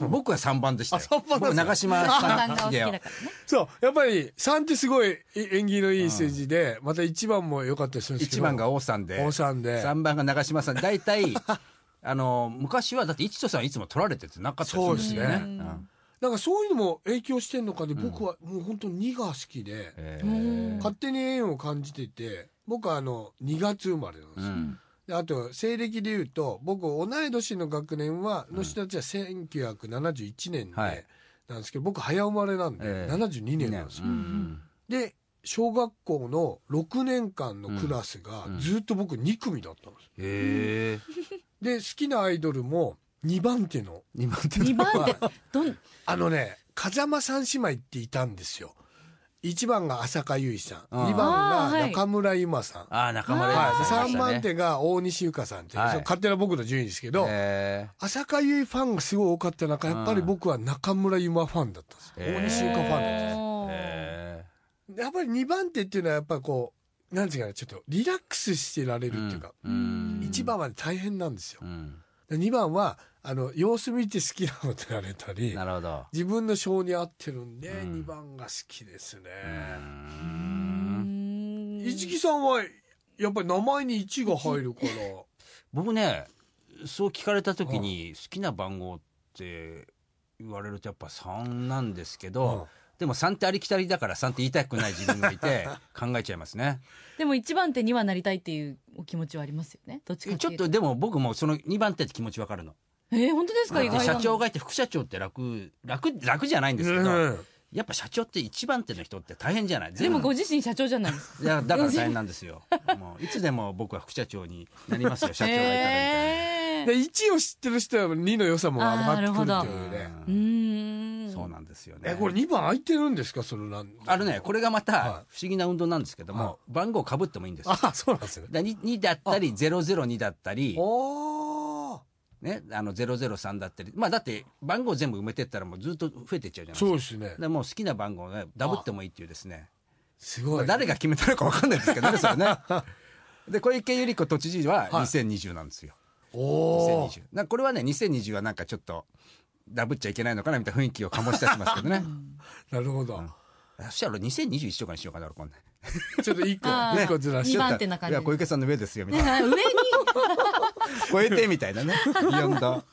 [SPEAKER 2] うん僕は3番でしたよ僕長嶋さ
[SPEAKER 3] 三
[SPEAKER 2] ん
[SPEAKER 3] がお好き
[SPEAKER 2] で
[SPEAKER 3] だ
[SPEAKER 2] よ
[SPEAKER 3] からね。
[SPEAKER 4] そうやっぱり3ってすごいえ縁起のいい数字で、また1番も良かったりするんですけ
[SPEAKER 2] 1
[SPEAKER 4] ど
[SPEAKER 2] 番が王さんで
[SPEAKER 4] 王さんで
[SPEAKER 2] 3番が長嶋さん大 体あの昔はだって一途さんいつも取られててなかったり
[SPEAKER 4] そうです
[SPEAKER 2] るん
[SPEAKER 4] ね、
[SPEAKER 2] うん
[SPEAKER 4] なんかそういうのも影響してんのかで僕はもう本当に2が好きで、
[SPEAKER 2] え
[SPEAKER 3] う
[SPEAKER 2] ー
[SPEAKER 3] ん
[SPEAKER 4] 勝手に縁を感じてて僕はあの2月生まれなんで
[SPEAKER 2] う
[SPEAKER 4] すよ、
[SPEAKER 2] ん
[SPEAKER 4] であと西暦でいうと僕同い年の学年はの人たちは1971年で、
[SPEAKER 2] はい
[SPEAKER 4] なんですけど僕早生まれなんで、
[SPEAKER 2] ええ
[SPEAKER 4] 72年なんですよ、
[SPEAKER 2] うん
[SPEAKER 4] で小学校の6年間のクラスが
[SPEAKER 2] うん
[SPEAKER 4] ずっと僕2組だったんですよ
[SPEAKER 2] へえ
[SPEAKER 4] で好きなアイドルも2番手の
[SPEAKER 2] 2番手
[SPEAKER 3] 2番手どん
[SPEAKER 4] あのね風間三姉妹っていたんですよ1番が浅香唯さん
[SPEAKER 2] あー
[SPEAKER 4] 2番
[SPEAKER 3] あーは
[SPEAKER 4] が
[SPEAKER 3] い
[SPEAKER 4] 中村ゆまさん、
[SPEAKER 2] ああ仲間で
[SPEAKER 4] は
[SPEAKER 2] いら
[SPEAKER 4] い
[SPEAKER 2] っしゃいましたね
[SPEAKER 4] 3番手が大西ゆかさんっていう、
[SPEAKER 2] はい
[SPEAKER 4] その勝手な僕の順位ですけど、
[SPEAKER 2] へ
[SPEAKER 4] 浅香唯ファンがすごい多かった中やっぱり僕は中村ゆまファンだったんですよ、
[SPEAKER 2] えー
[SPEAKER 4] 大西ゆかファンだったんですよ
[SPEAKER 3] おー
[SPEAKER 2] え
[SPEAKER 4] やっぱり2番手っていうのはやっぱりこうなんていうかなちょっとリラックスしてられるっていうか、
[SPEAKER 2] うん
[SPEAKER 4] 一1番まで大変なんですよ
[SPEAKER 2] うん
[SPEAKER 4] で2番はあの様子見て好きなのってられたり
[SPEAKER 2] なるほど
[SPEAKER 4] 自分の性に合ってるんで、
[SPEAKER 2] うん
[SPEAKER 4] 2番が好きですね、
[SPEAKER 3] うん
[SPEAKER 4] 一木さんはやっぱり名前に1が入るから
[SPEAKER 2] 僕ねそう聞かれた時に好きな番号って言われるとやっぱ3なんですけど、でも3ってありきたりだから3って言いたくない自分がいて考えちゃいますね
[SPEAKER 3] でも一番手にはなりたいっていうお気持ちはありますよねどっちか
[SPEAKER 2] ちょ
[SPEAKER 3] てい
[SPEAKER 2] っ
[SPEAKER 3] うと
[SPEAKER 2] とでも僕もその2番手って気持ちわかるの
[SPEAKER 3] えー、本当ですか
[SPEAKER 2] で
[SPEAKER 3] 意外だ
[SPEAKER 2] 社
[SPEAKER 3] な
[SPEAKER 2] 長がいて副社長って楽楽楽じゃないんですけど、
[SPEAKER 4] うん
[SPEAKER 2] やっぱ社長って1番手の人って大変じゃない
[SPEAKER 3] でも
[SPEAKER 2] 全部
[SPEAKER 3] ご自身社長じゃないですか
[SPEAKER 2] いやだから大変なんですよもういつでも僕は副社長になりますよ社長がいたらみたいな、
[SPEAKER 3] え
[SPEAKER 4] で1を知ってる人は2の良さも分かってくるというね
[SPEAKER 3] ー、うーん
[SPEAKER 2] そうなんですよね
[SPEAKER 4] えこれ2番空いてるんですかそのラン
[SPEAKER 2] あのね、これがま
[SPEAKER 4] は
[SPEAKER 2] た不思議な運動なんですけども、
[SPEAKER 4] は
[SPEAKER 2] 番号かぶってもいいんですよ。
[SPEAKER 4] あそうなんですね
[SPEAKER 2] だ 2, だったり、002だったり、
[SPEAKER 4] おー
[SPEAKER 2] ね、あの003だったり、まあだって番号全部埋めてったらもうずっと増えてっちゃうじゃないですか。
[SPEAKER 4] そうですね
[SPEAKER 2] だからもう好きな番号ね、ダブってもいいっていうですね。
[SPEAKER 4] すごい
[SPEAKER 2] 誰が決めたのかわかんないですけどね、そ れね。で、小池百合子都知事は
[SPEAKER 4] はい
[SPEAKER 2] 2020なんですよ。
[SPEAKER 4] おー
[SPEAKER 2] 2020。なんかこれはね、2020はなんかちょっと、ダブっちゃいけないのかなみたいな雰囲気を醸し出しますけどね。
[SPEAKER 4] なるほど、
[SPEAKER 2] そしたら2021とかにしようかな、俺今度。
[SPEAKER 4] ちょっと1個
[SPEAKER 3] あー
[SPEAKER 4] 1個ずらし
[SPEAKER 3] 二
[SPEAKER 4] て
[SPEAKER 3] 番手な感じ
[SPEAKER 2] いや、小池さんの上ですよ、みたいな。
[SPEAKER 3] あ上に
[SPEAKER 2] 超えてみたいなね。4度。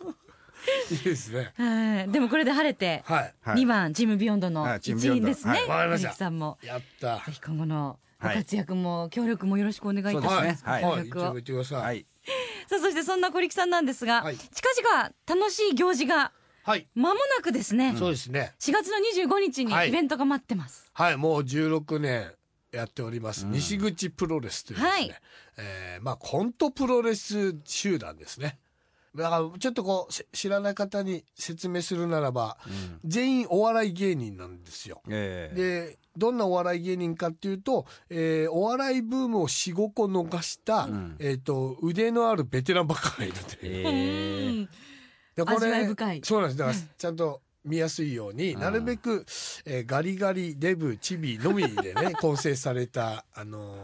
[SPEAKER 4] いいですね
[SPEAKER 3] はいでもこれで晴れて、
[SPEAKER 4] はい
[SPEAKER 2] はい
[SPEAKER 3] 2番チームビヨンドの
[SPEAKER 2] はいチームビヨ
[SPEAKER 3] 1
[SPEAKER 2] ン
[SPEAKER 3] 位
[SPEAKER 2] ド
[SPEAKER 3] ですね。
[SPEAKER 2] はい
[SPEAKER 4] わかりました
[SPEAKER 3] 小木さんも
[SPEAKER 4] やった
[SPEAKER 3] ぜひ今後のご
[SPEAKER 2] はい
[SPEAKER 3] 活躍も協力もよろしくお願いいたします。
[SPEAKER 2] そうですね
[SPEAKER 4] は、
[SPEAKER 2] はいい
[SPEAKER 4] はい、一
[SPEAKER 3] 力を
[SPEAKER 4] 応言ってください
[SPEAKER 2] はい。
[SPEAKER 3] さあそしてそんな小力さんなんですが、
[SPEAKER 4] はい
[SPEAKER 3] 近々楽しい行事が
[SPEAKER 4] はい、
[SPEAKER 3] 間もなくですね、
[SPEAKER 4] そうですね
[SPEAKER 3] 4月の25日
[SPEAKER 4] は
[SPEAKER 3] に
[SPEAKER 4] い
[SPEAKER 3] イベントが待ってます。
[SPEAKER 4] はい、もう16年やっております、西口プロレスというですね、
[SPEAKER 3] はい
[SPEAKER 4] えーまあコントプロレス集団ですね。だからちょっとこうせ知らない方に説明するならば、全員お笑い芸人なんですよ。
[SPEAKER 2] ええ
[SPEAKER 4] でどんなお笑い芸人かっていうと、えーお笑いブームを45個逃した、
[SPEAKER 2] ん
[SPEAKER 4] えー、と腕のあるベテランばっかりいるという。
[SPEAKER 2] ええ
[SPEAKER 3] うん
[SPEAKER 4] でこれ
[SPEAKER 3] 味わい深い
[SPEAKER 4] そうなんですだからちゃんと見やすいように、
[SPEAKER 2] うん
[SPEAKER 4] なるべく、えーガリガリデブチビのみで ね構成された、あのー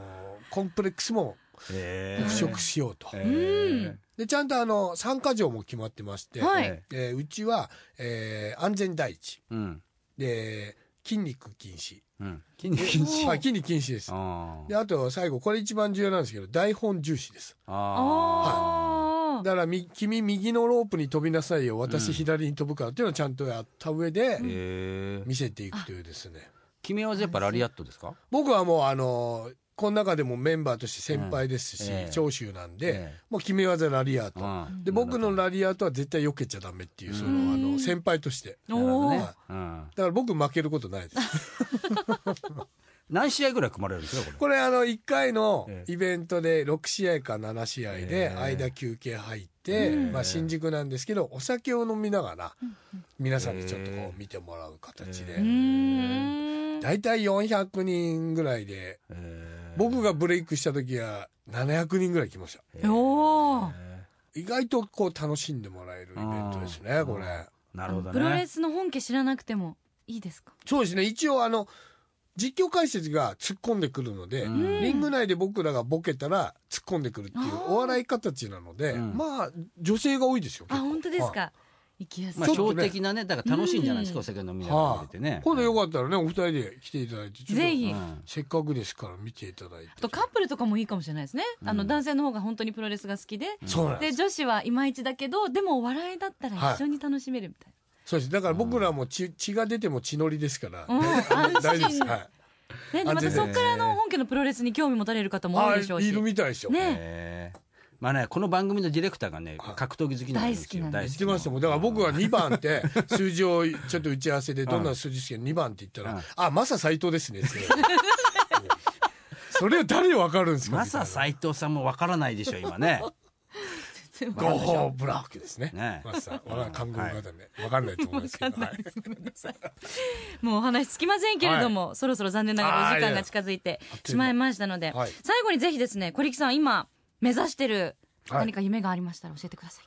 [SPEAKER 4] コンプレックスも
[SPEAKER 2] ええ
[SPEAKER 4] 払拭しようと、
[SPEAKER 2] え
[SPEAKER 4] でちゃんとあの参加条も決まってまして、
[SPEAKER 3] は
[SPEAKER 2] え
[SPEAKER 3] い
[SPEAKER 4] えーうちは、えー安全第一
[SPEAKER 2] うん。
[SPEAKER 4] で筋肉禁止
[SPEAKER 2] うん。筋肉禁止。
[SPEAKER 4] はい筋肉禁止です
[SPEAKER 2] あ
[SPEAKER 4] であと最後これ一番重要なんですけど台本重視です
[SPEAKER 2] あ。ああ。
[SPEAKER 3] あー
[SPEAKER 4] だからみ君右のロープに飛びなさいよ私
[SPEAKER 2] うん
[SPEAKER 4] 左に飛ぶからっていうのをちゃんとやった上で
[SPEAKER 2] ええ
[SPEAKER 4] 見せていくというですね、
[SPEAKER 2] 君はやっぱラリアットですか
[SPEAKER 4] 僕はもうあのこの中でもメンバーとして先輩ですし、
[SPEAKER 2] うんええ
[SPEAKER 4] 長州なんで、
[SPEAKER 2] ええ
[SPEAKER 4] もう決め技ラリアート、
[SPEAKER 2] うん
[SPEAKER 4] で僕のラリアートは絶対避けちゃダメっていうその,、
[SPEAKER 3] うん
[SPEAKER 4] あの先輩として
[SPEAKER 2] なるほど
[SPEAKER 3] お
[SPEAKER 2] ねう
[SPEAKER 3] ー
[SPEAKER 2] ん。
[SPEAKER 4] だから僕負けることない です
[SPEAKER 2] 何試合ぐらい組まれるんですかこ
[SPEAKER 4] これあの1回の
[SPEAKER 2] ええ
[SPEAKER 4] イベントで6試合か7試合で
[SPEAKER 2] ええ
[SPEAKER 4] 間休憩入って、
[SPEAKER 2] うん
[SPEAKER 4] まあ、新宿なんですけどお酒を飲みながら皆さんにちょっとこう見てもらう形で、
[SPEAKER 2] え
[SPEAKER 3] う
[SPEAKER 2] え
[SPEAKER 3] ーん
[SPEAKER 4] 大体400人ぐらいで
[SPEAKER 2] れ。ええ
[SPEAKER 4] 僕がブレイクした時は700人ぐらい来ました
[SPEAKER 3] おー
[SPEAKER 2] え
[SPEAKER 4] 意外とこう楽しんでもらえるイベントですね
[SPEAKER 2] うん
[SPEAKER 4] これ
[SPEAKER 2] えなるほどね。
[SPEAKER 3] プロレスの本家知らなくてもいいですか
[SPEAKER 4] そうですね一応あの実況解説が突っ込んでくるので、
[SPEAKER 2] うん
[SPEAKER 4] リング内で僕らがボケたら突っ込んでくるってい
[SPEAKER 3] あー
[SPEAKER 4] うお笑い形なので、
[SPEAKER 2] うん
[SPEAKER 4] まあ女性が多いですよ
[SPEAKER 3] あ本当です、
[SPEAKER 4] 結
[SPEAKER 3] か行きやすい
[SPEAKER 2] まあ、
[SPEAKER 4] ちょっと
[SPEAKER 2] 小
[SPEAKER 4] ね
[SPEAKER 2] 的なね、だから楽しいんじゃないです
[SPEAKER 3] うん
[SPEAKER 2] か、お酒飲みな
[SPEAKER 4] 構
[SPEAKER 2] が
[SPEAKER 4] はい
[SPEAKER 2] ら見れてね
[SPEAKER 4] は。い今度よかったらねお二人で来ていただいてちょっと
[SPEAKER 3] ぜひ
[SPEAKER 2] うん
[SPEAKER 4] せっかくですから見ていただいて
[SPEAKER 3] あとカップルとかもいいかもしれないですね、あの男性の方が本当にプロレスが好きで、
[SPEAKER 4] そうなんで
[SPEAKER 3] です女子はいまいちだけどでもお笑いだったら一緒に楽しめるみたい
[SPEAKER 4] そうですだから僕らも血血が出ても血のりですから、
[SPEAKER 3] うん
[SPEAKER 4] あの
[SPEAKER 3] 安心
[SPEAKER 4] 大丈夫ですはい
[SPEAKER 3] な、ねでま
[SPEAKER 4] 安
[SPEAKER 3] た
[SPEAKER 4] 全
[SPEAKER 3] そこからあの本家のプロレスに興味持たれる方も多いでしょ
[SPEAKER 4] あ
[SPEAKER 3] う
[SPEAKER 4] い
[SPEAKER 3] し
[SPEAKER 4] るみたいですよ、
[SPEAKER 3] ね
[SPEAKER 2] ええまあね、この番組のディレクターがね
[SPEAKER 4] はい、
[SPEAKER 2] 格闘技好きなんですよ。
[SPEAKER 3] 大好きなん
[SPEAKER 4] 言ってましたもんだから僕は2番って数字をちょっと打ち合わせでどんな数字ですけど2番って言った
[SPEAKER 2] う
[SPEAKER 4] ら
[SPEAKER 2] ん
[SPEAKER 4] 「あマサ斎藤ですね」って言ってそれを誰に分かるんですか
[SPEAKER 2] マサ斎藤さんもわからないでしょ、今 ね。
[SPEAKER 3] 全
[SPEAKER 4] ゴッホーブラックですね
[SPEAKER 2] ね
[SPEAKER 4] マサわかん韓国語方ね分かんないと思いますけどはい
[SPEAKER 3] ごめんなさい。 もうお話つきませんけれども、そろそろ残念ながらお時間が近づいて
[SPEAKER 4] あいや
[SPEAKER 3] しまいましたので、
[SPEAKER 4] はい
[SPEAKER 3] 最後にぜひですね、小力さん今目指してる
[SPEAKER 4] はい
[SPEAKER 3] 何か夢がありましたら教えてください。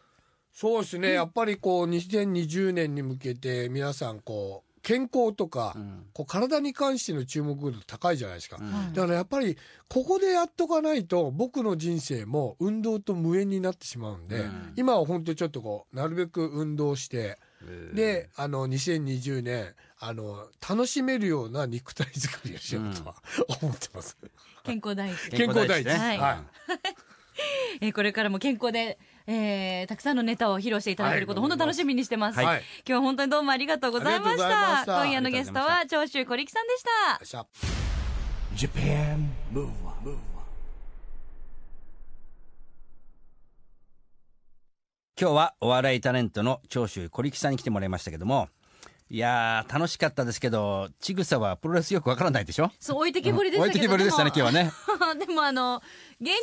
[SPEAKER 4] そうですねやっぱりこう2020年に向けて皆さんこう健康とか
[SPEAKER 2] うん
[SPEAKER 4] こう体に関しての注目度高いじゃないですか
[SPEAKER 2] うん
[SPEAKER 3] はい
[SPEAKER 4] だからやっぱりここでやっとかないと僕の人生も運動と無縁になってしまうんで、
[SPEAKER 2] うん
[SPEAKER 4] 今は本当にちょっとこうなるべく運動して、であの2020年あの楽しめるような肉体作りをしようとは 思ってます。
[SPEAKER 3] 健康第一。
[SPEAKER 4] 健康第一
[SPEAKER 2] ね
[SPEAKER 3] はい
[SPEAKER 2] うん
[SPEAKER 3] えーこれからも健康で、えーたくさんのネタを披露していただけること、
[SPEAKER 4] はい
[SPEAKER 3] 本当楽しみにしてます、
[SPEAKER 4] はい
[SPEAKER 3] 今日は本当にどうもありがとうございました
[SPEAKER 4] ありがとうございました
[SPEAKER 3] 今夜のゲストは長州小力さんでした
[SPEAKER 4] よっしゃ
[SPEAKER 1] Japan Move Up
[SPEAKER 2] 今日はお笑いタレントの長州小力さんに来てもらいましたけども、いやー、楽しかったですけど、ちぐさはプロレスよくわからないでしょ
[SPEAKER 3] そう置いてけぼりでし
[SPEAKER 2] お
[SPEAKER 3] た
[SPEAKER 2] 相手
[SPEAKER 3] け
[SPEAKER 2] き
[SPEAKER 3] ど
[SPEAKER 2] ぶりでしたね、今日はね。
[SPEAKER 3] は でもあの芸人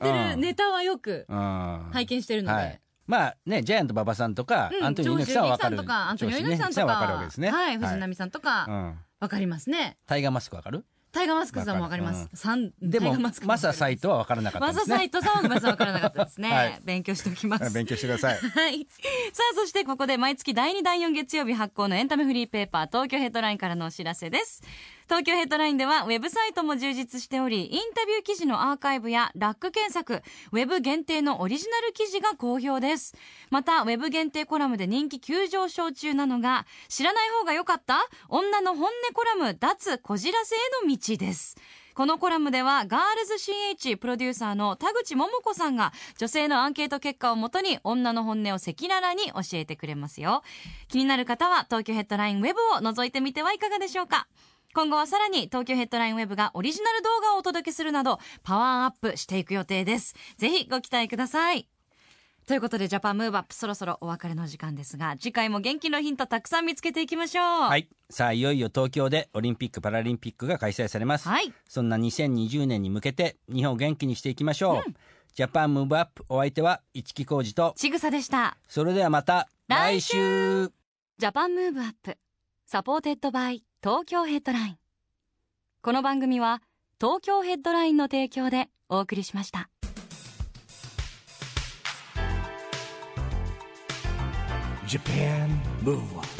[SPEAKER 3] さんがやられて
[SPEAKER 2] うん
[SPEAKER 3] るネタはよく
[SPEAKER 2] うん。
[SPEAKER 3] 拝見してるので、
[SPEAKER 2] はい。まあね、ジャイアント馬場さんとか、
[SPEAKER 3] うん
[SPEAKER 2] アントニオ
[SPEAKER 3] 長
[SPEAKER 2] 猪木
[SPEAKER 3] 州
[SPEAKER 2] さんはわか
[SPEAKER 3] 力さん
[SPEAKER 2] る。
[SPEAKER 3] とかアントニオ猪木さんと
[SPEAKER 2] 長州力
[SPEAKER 3] か
[SPEAKER 2] わかるわけですね。
[SPEAKER 3] はい、藤波さんとか、
[SPEAKER 2] はいうん。
[SPEAKER 3] わかりますね
[SPEAKER 2] タイガーマスクわかる
[SPEAKER 3] タイガーマスクさんもわかりま
[SPEAKER 2] わ
[SPEAKER 3] す
[SPEAKER 2] か、
[SPEAKER 3] さん
[SPEAKER 2] で
[SPEAKER 3] タイ
[SPEAKER 2] も
[SPEAKER 3] ガーマス、ク
[SPEAKER 2] マサ
[SPEAKER 3] さん
[SPEAKER 2] サイトはわからなかった
[SPEAKER 3] マ
[SPEAKER 2] で
[SPEAKER 3] サ
[SPEAKER 2] す
[SPEAKER 3] サ
[SPEAKER 2] ね
[SPEAKER 3] イ。トさんはごめんなさいわからなかったですね、
[SPEAKER 2] はい
[SPEAKER 3] 勉強しておきます
[SPEAKER 2] 勉強してください。
[SPEAKER 3] はい。さあ、そしてここで毎月第2、第4月曜日発行のエンタメフリーペーパー、東京ヘッドラインからのお知らせです。東京ヘッドラインでは、ウェブサイトも充実しており、インタビュー記事のアーカイブや、ラック検索、ウェブ限定のオリジナル記事が好評です。また、ウェブ限定コラムで人気急上昇中なのが、知らない方が良かった女の本音コラム、脱こじらせへの道です。このコラムではガールズ CH プロデューサーの田口桃子さんが女性のアンケート結果をもとに女の本音を赤裸々に教えてくれますよ気になる方は東京ヘッドラインウェブを覗いてみてはいかがでしょうか今後はさらに東京ヘッドラインウェブがオリジナル動画をお届けするなどパワーアップしていく予定ですぜひご期待くださいということでジャパンムーブアップそろそろお別れの時間ですが次回も元気のヒントたくさん見つけていきましょうは、
[SPEAKER 2] はいい。さあ、いよいよ東京でオリンピック・パラリンピックが開催されます。そんな2020年に向けて日本を元気にしていきましょう。ジャパンムーブアップお相手は市木浩二と、
[SPEAKER 3] ちぐさでした
[SPEAKER 2] それではまた
[SPEAKER 3] 来週
[SPEAKER 2] 来週
[SPEAKER 3] ジャパンムーブアップサポーテッドバイ東京ヘッドラインこの番組は東京ヘッドラインの提供でお送りしました
[SPEAKER 1] Japan Move Up